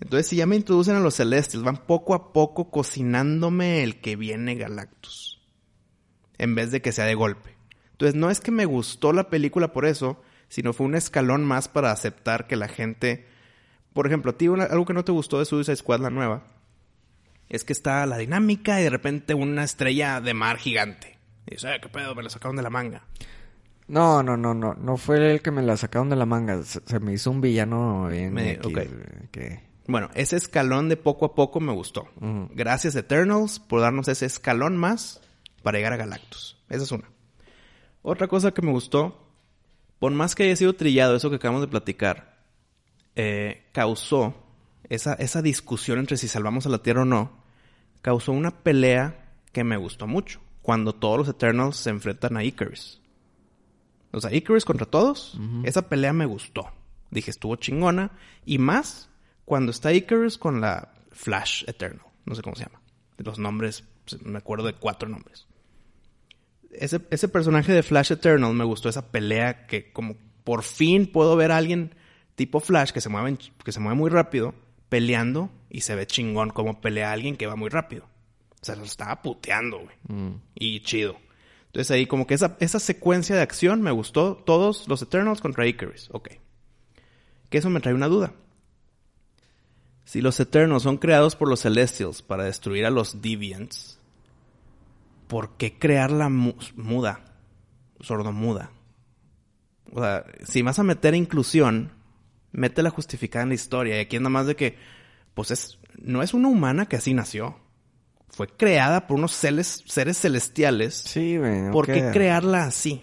S3: Entonces, si ya me introducen a los Celestials, van poco a poco cocinándome el que viene Galactus. En vez de que sea de golpe. Entonces, no es que me gustó la película por eso, sino fue un escalón más para aceptar que la gente por ejemplo, a ti una- algo que no te gustó de Suicide Squad, la nueva, es que está la dinámica y de repente una estrella de mar gigante. Y dices, "Ay, qué pedo, me lo sacaron de la manga.
S6: No, no, no, no. No fue el que me la sacaron de la manga. Se, se me hizo un villano bien.
S3: Me-
S6: X,
S3: ok.
S6: güey, que-
S3: Bueno, ese escalón de poco a poco me gustó. Gracias Eternals por darnos ese escalón más para llegar a Galactus. Esa es una. Otra cosa que me gustó, por más que haya sido trillado eso que acabamos de platicar, eh, causó esa, esa discusión entre si salvamos a la Tierra o no, causó una pelea que me gustó mucho. Cuando todos los Eternals se enfrentan a Icarus. O sea, Icarus contra todos. Esa pelea me gustó. Dije, estuvo chingona. Y más cuando está Icarus con la Flash Eternal. No sé cómo se llama. Los nombres, pues, me acuerdo de cuatro nombres. Ese, ese personaje de Flash Eternal me gustó esa pelea que como por fin puedo ver a alguien tipo Flash que se mueve, en- que se mueve muy rápido peleando y se ve chingón como pelea a alguien que va muy rápido. O sea, lo estaba puteando, güey. Y chido. Entonces ahí como que esa, esa secuencia de acción me gustó. Todos los Eternals contra Icarus. Ok. Que eso me trae una duda. Si los Eternals son creados por los Celestials para destruir a los Deviants, ¿por qué crear la mu- muda? Sordomuda. O sea, si vas a meter inclusión, métela justificada en la historia. Y aquí es nada más de que, pues es, no es una humana que así nació. Fue creada por unos celes- seres celestiales.
S1: Sí, güey. no
S3: ¿Por qué
S1: queda.
S3: crearla así?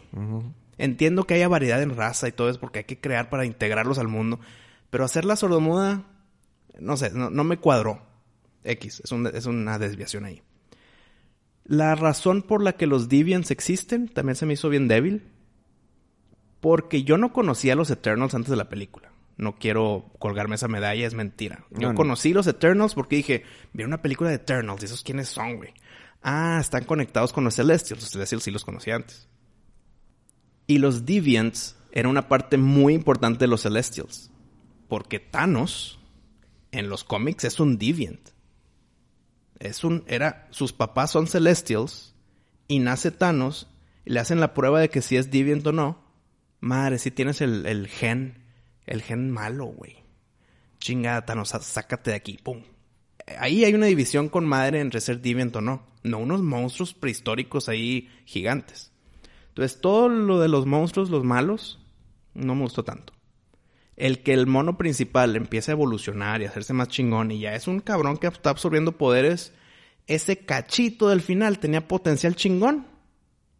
S3: Entiendo que haya variedad en raza y todo eso porque hay que crear para integrarlos al mundo. Pero hacerla sordomuda, no sé, no, no me cuadró. X, es, un- es una desviación ahí. La razón por la que los Deviants existen también se me hizo bien débil. Porque yo no conocía a los Eternals antes de la película. No quiero colgarme esa medalla, es mentira. Yo
S1: No, no.
S3: conocí los Eternals porque dije, vi una película de Eternals, ¿y esos quiénes son, güey? Ah, están conectados con los Celestials. Los Celestials sí los conocía antes. Y los Deviants era una parte muy importante de los Celestials. Porque Thanos, en los cómics, es un Deviant. Es un, era, sus papás son Celestials y nace Thanos, y le hacen la prueba de que si es Deviant o no. Madre, si tienes el, el gen, el gen malo, güey. Chingada, Thanos, sa- sácate de aquí, pum. Ahí hay una división con madre entre ser Deviant o no. No unos monstruos prehistóricos ahí gigantes. Entonces, todo lo de los monstruos, los malos, no me gustó tanto. El que el mono principal empiece a evolucionar y a hacerse más chingón y ya es un cabrón que está absorbiendo poderes, ese cachito del final tenía potencial chingón.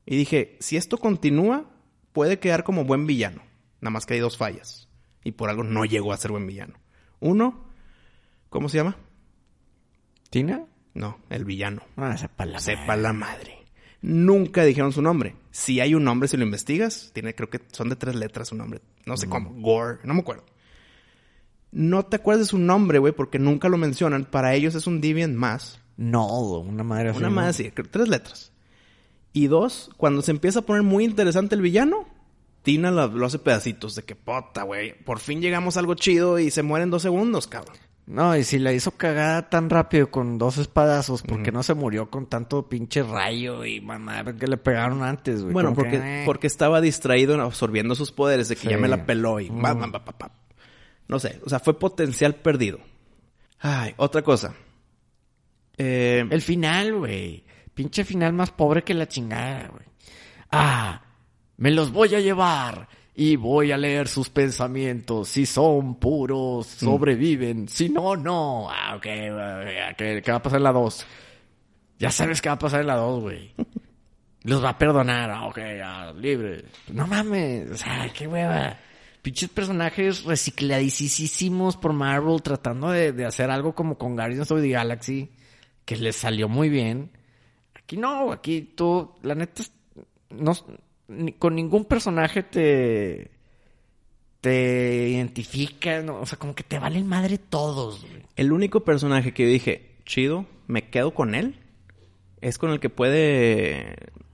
S3: Y dije, si esto continúa, puede quedar como buen villano. Nada más que hay dos fallas. Y por algo no llegó a ser buen villano. Uno, ¿cómo se llama?
S7: ¿Tina?
S3: No, el villano.
S7: Ah, esa palabra.
S3: Sepa la madre. Nunca dijeron su nombre. Si hay un nombre, si lo investigas, tiene, creo que son de tres letras su nombre. No sé cómo. Gore, no me acuerdo. No te acuerdas de su nombre, güey, porque nunca lo mencionan. Para ellos es un deviant más.
S7: No, una madre así.
S3: Una
S7: ¿no?
S3: más así, creo- tres letras. Y dos, cuando se empieza a poner muy interesante el villano, Tina la- lo hace pedacitos de que pota, güey. Por fin llegamos a algo chido y se muere en dos segundos, cabrón.
S1: No, y si la hizo cagada tan rápido con dos espadazos, ¿por qué no se murió con tanto pinche rayo y mamá que le pegaron antes, güey?
S3: Bueno,
S1: Como
S3: porque,
S1: que, eh.
S3: porque estaba distraído en absorbiendo sus poderes de que
S1: Sí.
S3: ya me la peló y bam, bam, bam, bam, bam. No sé, o sea, fue potencial perdido. Ay, otra cosa. Eh,
S1: El final, güey. Pinche final más pobre que la chingada, güey. Ah, me los voy a llevar y voy a leer sus pensamientos. Si son puros, sobreviven. Si no, no. Ah, ok, ok, ok. ¿Qué va a pasar en la 2? Ya sabes qué va a pasar en la 2, güey. Los va a perdonar. Ah, ok, ya, libre. No mames. O sea, qué hueva. Pinches personajes recicladísimos por Marvel tratando de, de hacer algo como con Guardians of the Galaxy. Que les salió muy bien. Aquí no, aquí tú, la neta, es- no, ni- con ningún personaje te, te identificas, o sea, como que te valen madre todos, güey.
S3: el único personaje que dije, chido, me quedo con él, es con el que puede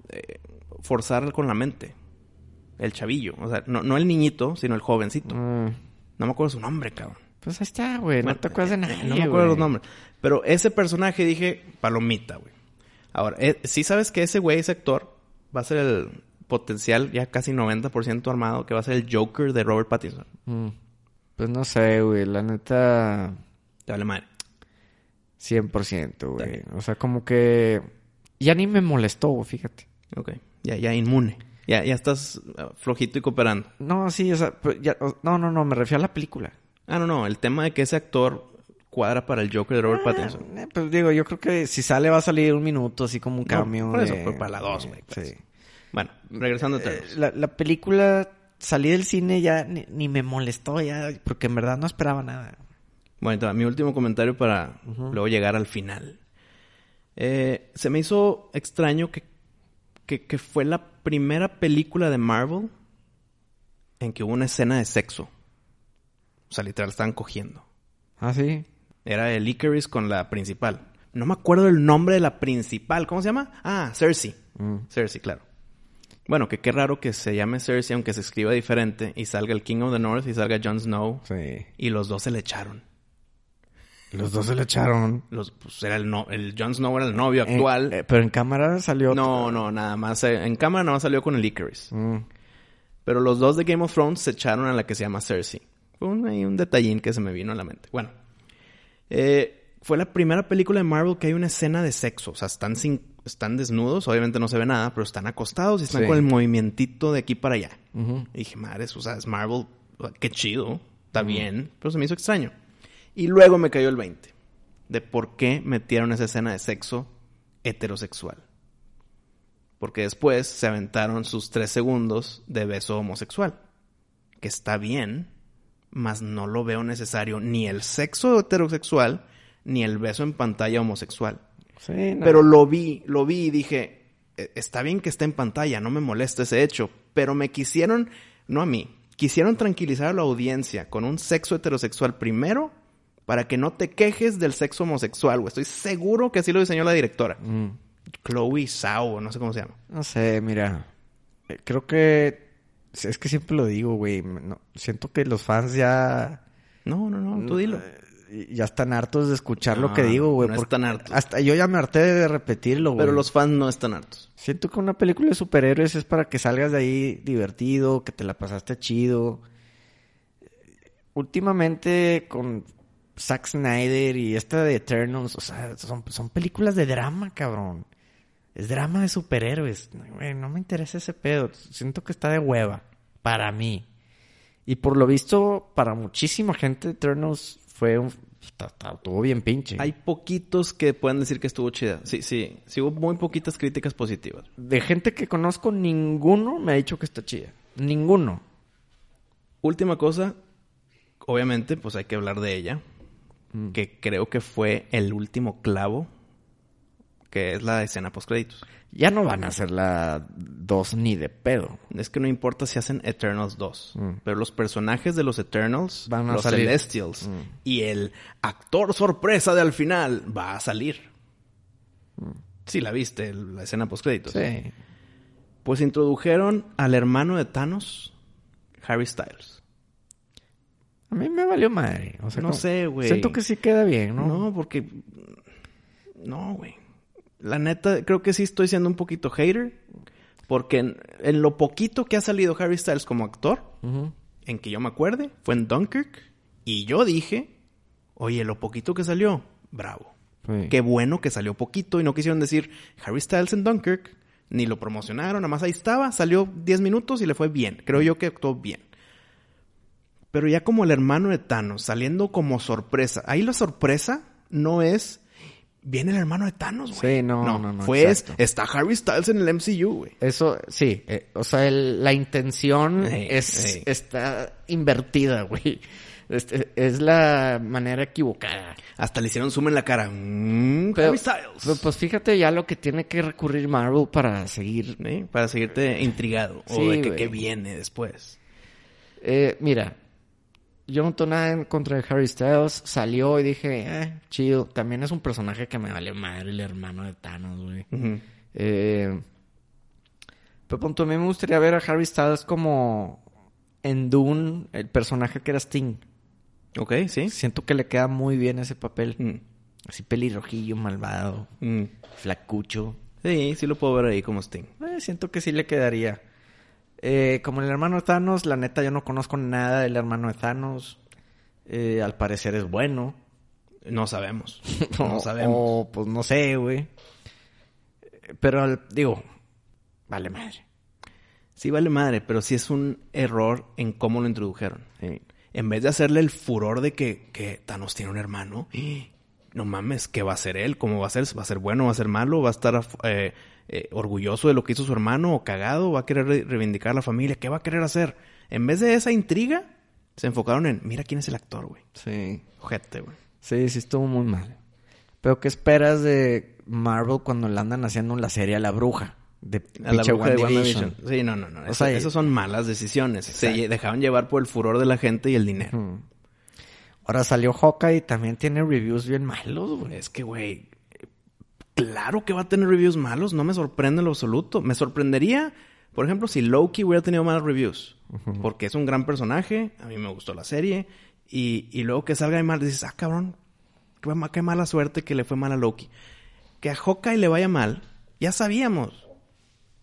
S3: eh, forzar con la mente. El chavillo. O sea, no, no el niñito, sino el jovencito. No me acuerdo su nombre, cabrón.
S1: Mm, Pues ahí está, güey, no
S3: Bueno,
S1: te acuerdas de
S3: eh,
S1: nada.
S3: No me acuerdo los nombres. Pero ese personaje dije, palomita, güey. Ahora, eh, sí sabes que ese güey, ese actor, va a ser el potencial, ya casi 90% armado, que va a ser el Joker de Robert Pattinson.
S1: Pues no sé, güey, la neta,
S3: Te vale madre.
S1: 100%, güey. O sea, como que ya ni me molestó, güey, fíjate.
S3: Ok. Ya, ya inmune. Ya, ya estás ah, flojito y cooperando.
S1: No, sí, o sea, pues, ya- o- no, no, no, me refiero a la película.
S3: Ah, no, no. El tema de que ese actor cuadra para el Joker de Robert Pattinson.
S1: Eh, pues digo, yo creo que si sale va a salir un minuto, así como un
S3: No,
S1: cambio.
S3: por eso,
S1: de-
S3: pues, para la dos, güey, pues.
S1: Sí.
S3: Bueno, regresando a
S1: Eh,
S3: Eternals.
S1: la, la película, salí del cine ya ni, ni me molestó ya, porque en verdad no esperaba nada.
S3: Bueno, entonces, mi último comentario para luego llegar al final. Eh, se me hizo extraño que, que, que fue la primera película de Marvel en que hubo una escena de sexo. O sea, literal, estaban cogiendo.
S1: Ah, sí.
S3: Era el Icarus con la principal. No me acuerdo el nombre de la principal. ¿Cómo se llama? Ah, Cersei.
S1: Mm.
S3: Cersei, claro. Bueno, que qué raro que se llame Cersei, aunque se escriba diferente, y salga el King of the North y salga Jon Snow.
S7: Sí.
S3: Y los dos se le echaron.
S7: Los dos se le echaron.
S3: Los, pues era el, no, el Jon Snow era el novio actual.
S7: Eh, eh, pero en cámara salió.
S3: no, no, nada más. eh, en cámara nada más salió con el Icarus.
S7: Mm.
S3: Pero los dos de Game of Thrones se echaron a la que se llama Cersei. Fue un, ahí un detallín que se me vino a la mente. Bueno. eh, fue la primera película de Marvel que hay una escena de sexo. O sea, están, sin, están desnudos. Obviamente no se ve nada, pero están acostados y están
S7: Sí.
S3: con el movimientito de aquí para allá. Y dije, madres, o sea, es Marvel. o sea, Qué chido. Está bien. Pero se me hizo extraño. Y luego me cayó el 20. De por qué metieron esa escena de sexo heterosexual. Porque después se aventaron sus tres segundos de beso homosexual. Que está bien, mas no lo veo necesario ni el sexo heterosexual ni el beso en pantalla homosexual.
S1: Sí, no.
S3: Pero lo vi, lo vi y dije, "E- está bien que esté en pantalla, no me molesta ese hecho, pero me quisieron, no a mí, quisieron tranquilizar a la audiencia con un sexo heterosexual primero para que no te quejes del sexo homosexual, güey. Estoy seguro que así lo diseñó la directora. Chloe Zhao, no sé cómo se llama.
S1: Mm. No sé, mira.
S7: Eh, Creo que. Es que siempre lo digo, güey. no- siento que los fans ya.
S3: No, no, no, tú dilo.
S7: eh, Ya están hartos de escuchar lo
S3: No,
S7: que digo, güey.
S3: no
S7: porque
S3: están hartos.
S7: Hasta yo ya me harté de repetirlo, güey.
S3: Pero los fans no están hartos.
S7: Siento que una película de superhéroes es para que salgas de ahí divertido, que te la pasaste chido.
S1: Últimamente con Zack Snyder y esta de Eternals, o sea, son, son películas de drama, cabrón. Es drama de superhéroes. No, güey, no me interesa ese pedo. Siento que está de hueva. Para mí. Y por lo visto, para muchísima gente, Eternals fue un... ta- ta- Estuvo bien pinche.
S3: Hay poquitos que puedan decir que estuvo chida. Sí, sí. Sí hubo muy poquitas críticas positivas.
S1: De gente que conozco, ninguno me ha dicho que está chida. Ninguno.
S3: Última cosa, obviamente, pues hay que hablar de ella,
S1: Mm.
S3: que creo que fue el último clavo, que es la escena post créditos.
S1: Ya no van a hacer la 2 ni de pedo.
S3: Es que no importa si hacen Eternals 2, pero los personajes de los Eternals,
S1: Mm. Van a
S3: los
S1: salir. Mm.
S3: Celestials y el actor sorpresa de al final va a salir. Sí, la viste, el- la escena post créditos.
S1: Mm. Sí.
S3: Pues introdujeron al hermano de Thanos, Harry Styles.
S1: A mí me valió madre. O sea,
S3: No
S1: como-
S3: sé, güey.
S1: Siento que sí queda bien, ¿no?
S3: No, porque. No, güey. La neta, creo que sí estoy siendo un poquito hater. Porque en, en lo poquito que ha salido Harry Styles como actor, en que yo me acuerde, fue en Dunkirk. Y yo dije, oye, lo poquito que salió, bravo.
S1: Sí.
S3: Qué bueno que salió poquito y no quisieron decir Harry Styles en Dunkirk, ni lo promocionaron, nada más ahí estaba, salió 10 minutos y le fue bien. Creo yo que actuó bien. Pero ya como el hermano de Thanos, saliendo como sorpresa. Ahí la sorpresa no es. Viene el hermano de Thanos, güey.
S1: Sí, no, no, no,
S3: Fue es,
S1: exacto.
S3: está Harry Styles en el MCU, güey.
S1: Eso, sí. eh, o sea, el- la intención
S3: Ey,
S1: es,
S3: ey.
S1: está invertida, güey. Este, es la manera equivocada.
S3: Hasta le hicieron zoom en la cara. Mm,
S1: Pero-
S3: Harry Styles.
S1: Pero, pues fíjate ya lo que tiene que recurrir Marvel para seguir.
S3: Sí, Para seguirte intrigado.
S1: Sí,
S3: o de que
S1: güey.
S3: qué viene después.
S1: Eh, mira, yo no tengo nada en contra de Harry Styles. Salió y dije, eh, chido. También es un personaje que me vale madre el hermano de Thanos, güey.
S3: Ujú.
S1: Eh, pero punto, a mí me gustaría ver a Harry Styles como en Dune, el personaje que era Sting.
S3: Ok, sí.
S1: Siento que le queda muy bien ese papel.
S3: Mm,
S1: Así pelirrojillo, malvado,
S3: mm.
S1: flacucho.
S3: Sí, sí lo puedo ver ahí como Sting.
S1: Eh, siento que sí le quedaría. Eh, como el hermano de Thanos, la neta yo no conozco nada del hermano de Thanos. Eh, al parecer es bueno. *laughs*
S3: No sabemos. No
S1: O-
S3: sabemos.
S1: o, pues no sé, güey. Eh, Pero al- digo, vale madre.
S3: Sí vale madre, pero sí es un error en cómo lo introdujeron. En vez de hacerle el furor de que, que Thanos tiene un hermano, *gasps* ¡eh! no mames, ¿qué va a ser él? ¿Cómo va a ser? ¿Va a ser bueno? ¿Va a ser malo? ¿Va a estar af- eh, eh, orgulloso de lo que hizo su hermano? ¿O cagado? ¿Va a querer re- reivindicar la familia? ¿Qué va a querer hacer? En vez de esa intriga, se enfocaron en, mira quién es el actor, güey.
S1: Sí.
S3: Ojete, güey.
S1: Sí, sí estuvo muy mal. Pero ¿qué esperas de Marvel cuando la andan haciendo la serie a la bruja? De
S3: A la
S1: pinche
S3: bruja de
S1: WandaVision.
S3: WandaVision. Sí, no, no, no.
S1: O
S3: Eso-
S1: sea,
S3: esas son malas decisiones. Se lle- dejaron llevar por el furor de la gente y el dinero.
S1: Hmm. Ahora salió Hawkeye y también tiene reviews bien malos, güey.
S3: Es que, güey, claro que va a tener reviews malos. No me sorprende en lo absoluto. Me sorprendería, por ejemplo, si Loki hubiera tenido malos reviews. Porque es un gran personaje. A mí me gustó la serie. Y, y luego que salga de mal, dices, ah, cabrón, qué, ma- qué mala suerte que le fue mal a Loki. Que a Hawkeye le vaya mal, ya sabíamos.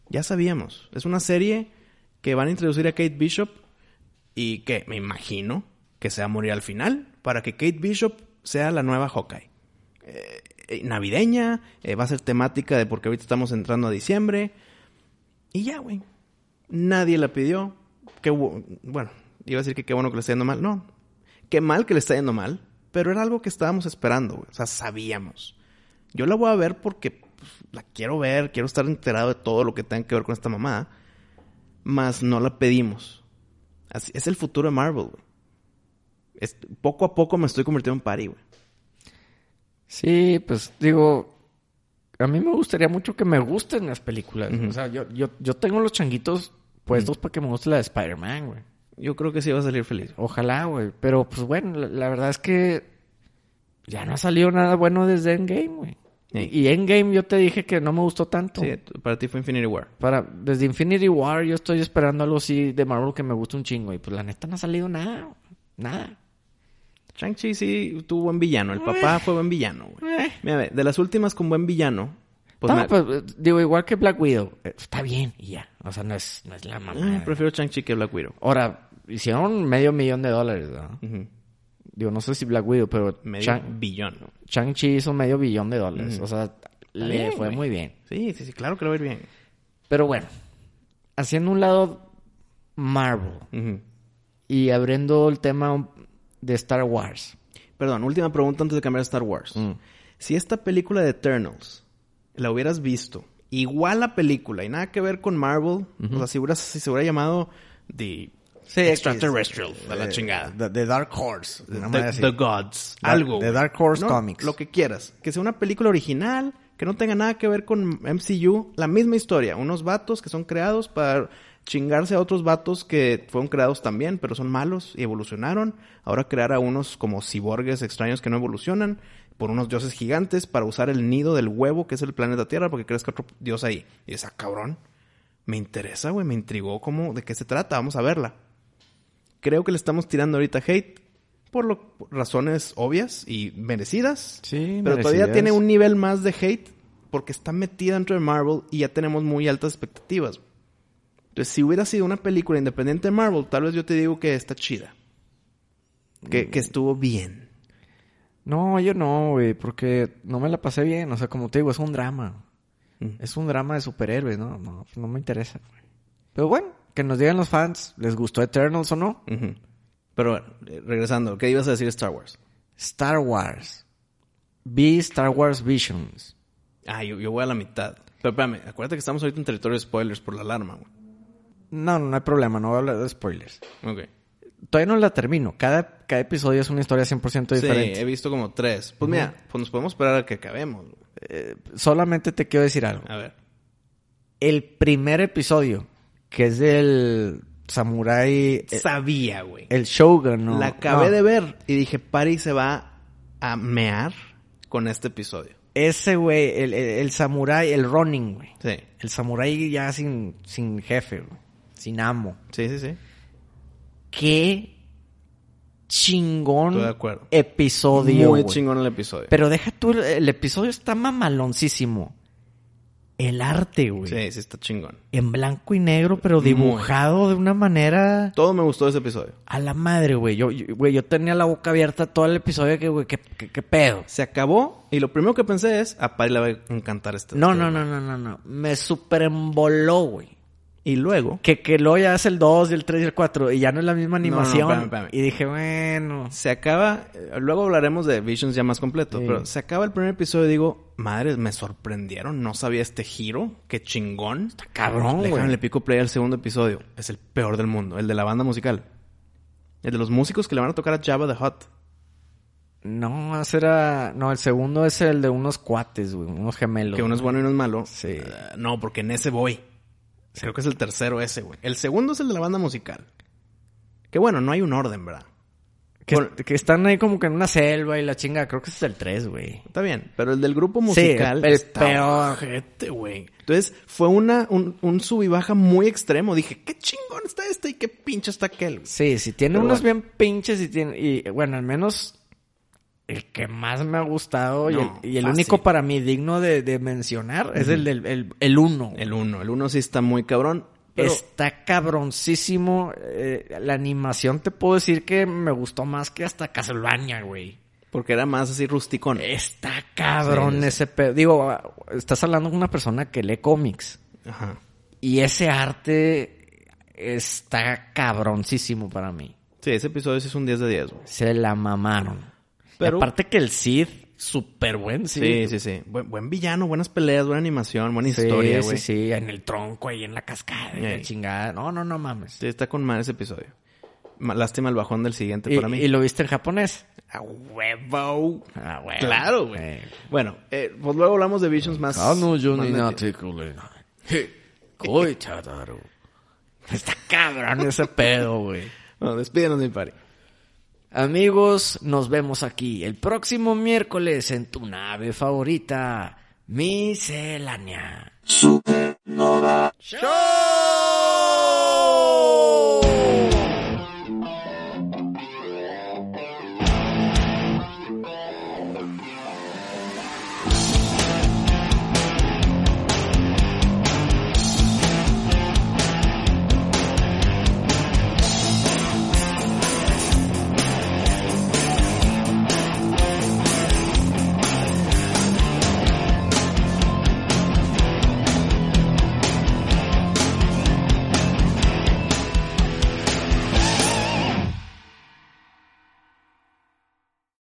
S3: Ya sabíamos. Es una serie que van a introducir a Kate Bishop y que me imagino que se va a morir al final para que Kate Bishop sea la nueva Hawkeye. Eh, eh, navideña, eh, va a ser temática de porque ahorita estamos entrando a diciembre. Y ya, güey. Nadie la pidió. Qué bu- bueno, iba a decir que qué bueno que le está yendo mal. No, qué mal que le está yendo mal. Pero era algo que estábamos esperando, güey. O sea, sabíamos. Yo la voy a ver porque pues, la quiero ver, quiero estar enterado de todo lo que tenga que ver con esta mamada. Más no la pedimos. Así, es el futuro de Marvel, güey. Es- poco a poco me estoy convirtiendo en pari, güey.
S1: Sí, pues digo, a mí me gustaría mucho que me gusten las películas. O sea, yo, yo, yo tengo los changuitos puestos para que me guste la de Spider-Man, güey.
S3: Yo creo que sí va a salir feliz. güey.
S1: Ojalá, güey. Pero pues bueno, la, la verdad es que ya no ha salido nada bueno desde Endgame, güey.
S3: Sí.
S1: Y Endgame yo te dije que no me gustó tanto.
S3: Sí, t- para ti fue Infinity War.
S1: Para, desde Infinity War yo estoy esperando algo así de Marvel que me guste un chingo. Y pues la neta no ha salido nada. güey. Nada.
S3: Shang-Chi sí tuvo buen villano. El papá fue buen villano, güey.
S1: Eh.
S3: Mira, ve, de las últimas con buen villano. Pues,
S1: No,
S3: me-
S1: pues, eh, digo, igual que Black Widow. eh, Está bien y ya. O sea, no es, no es la
S3: Ah,
S1: mamá.
S3: prefiero Shang-Chi que Black Widow.
S1: Ahora, hicieron medio millón de dólares, ¿no?
S3: Ujú.
S1: Digo, no sé si Black Widow, pero
S3: Medio
S1: Shang-
S3: billón. güey.
S1: Shang-Chi hizo medio billón de dólares. O sea, le
S3: bien,
S1: fue
S3: güey.
S1: muy bien.
S3: Sí, sí, sí, claro que lo va a ir bien.
S1: Pero bueno, haciendo un lado Marvel
S3: Ujú.
S1: y
S6: Y abriendo el tema de Star Wars.
S3: Perdón, última pregunta antes de cambiar a Star Wars.
S1: Mm.
S3: Si esta película de Eternals la hubieras visto, igual la película y nada que ver con Marvel, o sea, si, hubiera- si se hubiera llamado The
S1: Sí,
S3: Extraterrestrial, a la
S1: Eh,
S3: chingada.
S1: The, The Dark Horse. una madre
S3: The,
S1: así.
S3: The Gods,
S1: Dark-
S3: algo.
S1: The
S3: güey.
S1: Dark Horse Comics.
S3: Lo que quieras. Que sea una película original, que no tenga nada que ver con MCU. La misma historia. Unos vatos que son creados para chingarse a otros vatos que fueron creados también, pero son malos y evolucionaron. Ahora crear a unos como ciborgues extraños que no evolucionan por unos dioses gigantes para usar el nido del huevo que es el planeta Tierra porque crees que otro dios ahí. Y esa cabrón. Me interesa, güey. Me intrigó cómo, de qué se trata. Vamos a verla creo que le estamos tirando ahorita hate por, lo- por razones obvias y merecidas.
S1: Sí,
S3: Pero
S1: merecidas.
S3: todavía tiene un nivel más de hate porque está metida dentro de Marvel y ya tenemos muy altas expectativas. Entonces, si hubiera sido una película independiente de Marvel, tal vez yo te digo que está chida. Que, que estuvo bien.
S1: No, yo no, güey, porque no me la pasé bien. O sea, como te digo, es un drama.
S3: Mm.
S1: Es un drama de superhéroes, ¿no? No, no me interesa, güey. Pero bueno, que nos digan los fans, ¿les gustó Eternals o no?
S3: Ujú. Pero bueno, eh, regresando, ¿qué ibas a decir Star Wars?
S1: Star Wars. Vi Star Wars Visions.
S3: Ah, yo, yo voy a la mitad. Pero espérame, acuérdate que estamos ahorita en territorio de spoilers por la alarma. güey.
S1: No, no, no hay problema, no voy a hablar de spoilers.
S3: Ok.
S1: Todavía no la termino. Cada, cada episodio es una historia 100% diferente.
S3: Sí, he visto como tres. Pues mira, pues nos podemos esperar a que acabemos. güey.
S1: Solamente te quiero decir algo.
S3: A ver.
S1: El primer episodio, que es del Samurai, el,
S3: Sabía, güey.
S1: el Shogun, Eh, ¿no?
S3: La acabé
S1: No.
S3: de ver y dije, Pari se va a mear con este episodio.
S1: Ese, güey, el, el, el Samurai, el Ronin, güey.
S3: Sí.
S1: El Samurai ya sin, sin jefe, güey. Sin amo.
S3: Sí, sí, sí.
S1: Qué chingón
S3: Estoy de acuerdo.
S1: episodio,
S3: Muy
S1: güey.
S3: chingón el episodio.
S1: Pero deja tú, el, el episodio está mamaloncísimo. El arte, güey.
S3: Sí, sí, está chingón.
S1: En blanco y negro, pero
S3: Muy.
S1: dibujado de una manera...
S3: Todo me gustó de ese episodio.
S1: A la madre, güey. Yo, yo- güey, yo tenía la boca abierta todo el episodio que, güey, qué, qué- qué pedo.
S3: Se acabó y lo primero que pensé es, a Pari le va a encantar este
S1: No,
S3: este-
S1: no, no, no, no, no. Me superemboló, güey.
S3: Y luego,
S1: Que, que luego ya es el 2 y el 3 y el 4 y ya no es la misma
S3: No, no,
S1: animación.
S3: espérame, espérame.
S1: Y dije, bueno.
S3: se acaba, eh, luego hablaremos de Visions ya más completo,
S1: Sí.
S3: pero se acaba el primer episodio y digo, madres, me sorprendieron, no sabía este giro, qué chingón. Está
S1: cabrón, güey.
S3: Le pico play al segundo episodio, es el peor del mundo, el de la banda musical. El de los músicos que le van a tocar a Java the Hot.
S1: No, ese era. No, el segundo es el de unos cuates, güey. Unos gemelos.
S3: Que uno es bueno y uno es malo.
S1: Sí.
S3: Ah, no, porque en ese voy. Creo que es el tercero ese, güey. El segundo es el de la banda musical. Que bueno, no hay un orden, ¿verdad?
S1: Que,
S3: Bueno.
S1: que están ahí como que en una selva y la chinga. Creo que ese es el 3, güey.
S3: Está bien, pero el del grupo musical.
S1: el
S3: está
S1: peor.
S3: ojete, güey. Entonces, fue una, un, un sub y baja muy extremo. Dije, qué chingón está este y qué pinche está aquel. güey.
S1: Sí, sí, tiene
S3: Pero
S1: unos
S3: bueno.
S1: bien pinches y tiene. Y bueno, al menos. El que más me ha gustado y
S3: No,
S1: el, y el
S3: fácil.
S1: único para mí digno de, de mencionar es el del el, el uno.
S3: El uno, el uno sí está muy cabrón. Pero
S1: Está cabroncísimo. eh, la animación te puedo decir que me gustó más que hasta Castlevania, güey.
S3: porque era más así rusticón.
S1: Está cabrón ese pedo. Digo, ah, estás hablando con una persona que lee cómics.
S3: Ajá.
S1: Y ese arte está cabroncísimo para mí.
S3: Sí, ese episodio sí es un 10 de 10, güey.
S1: Se la mamaron.
S3: Pero-
S1: Y aparte que el Cid, súper buen Cid.
S3: Sí, sí, sí. Buen, buen villano, buenas peleas, buena animación, buena
S1: Sí,
S3: historia,
S1: sí,
S3: güey. Sí,
S1: sí, en el tronco y en la cascada, y la
S3: Ey.
S1: chingada. No, no, no mames.
S3: está con mal ese episodio. Ma- Lástima el bajón del siguiente
S1: y,
S3: este para mí.
S1: y lo viste en japonés.
S3: A huevo.
S1: Ah, güey.
S3: Claro, güey. Ah,
S1: Eh.
S3: Bueno, eh, pues luego hablamos de Visions más. más metido. *laughs*
S1: Está cabrón ese pedo, güey.
S3: Bueno, despídenos, mi pari.
S1: Amigos, nos vemos aquí el próximo miércoles en tu nave favorita, Miscelánea.
S5: Supernova.
S1: ¡Show!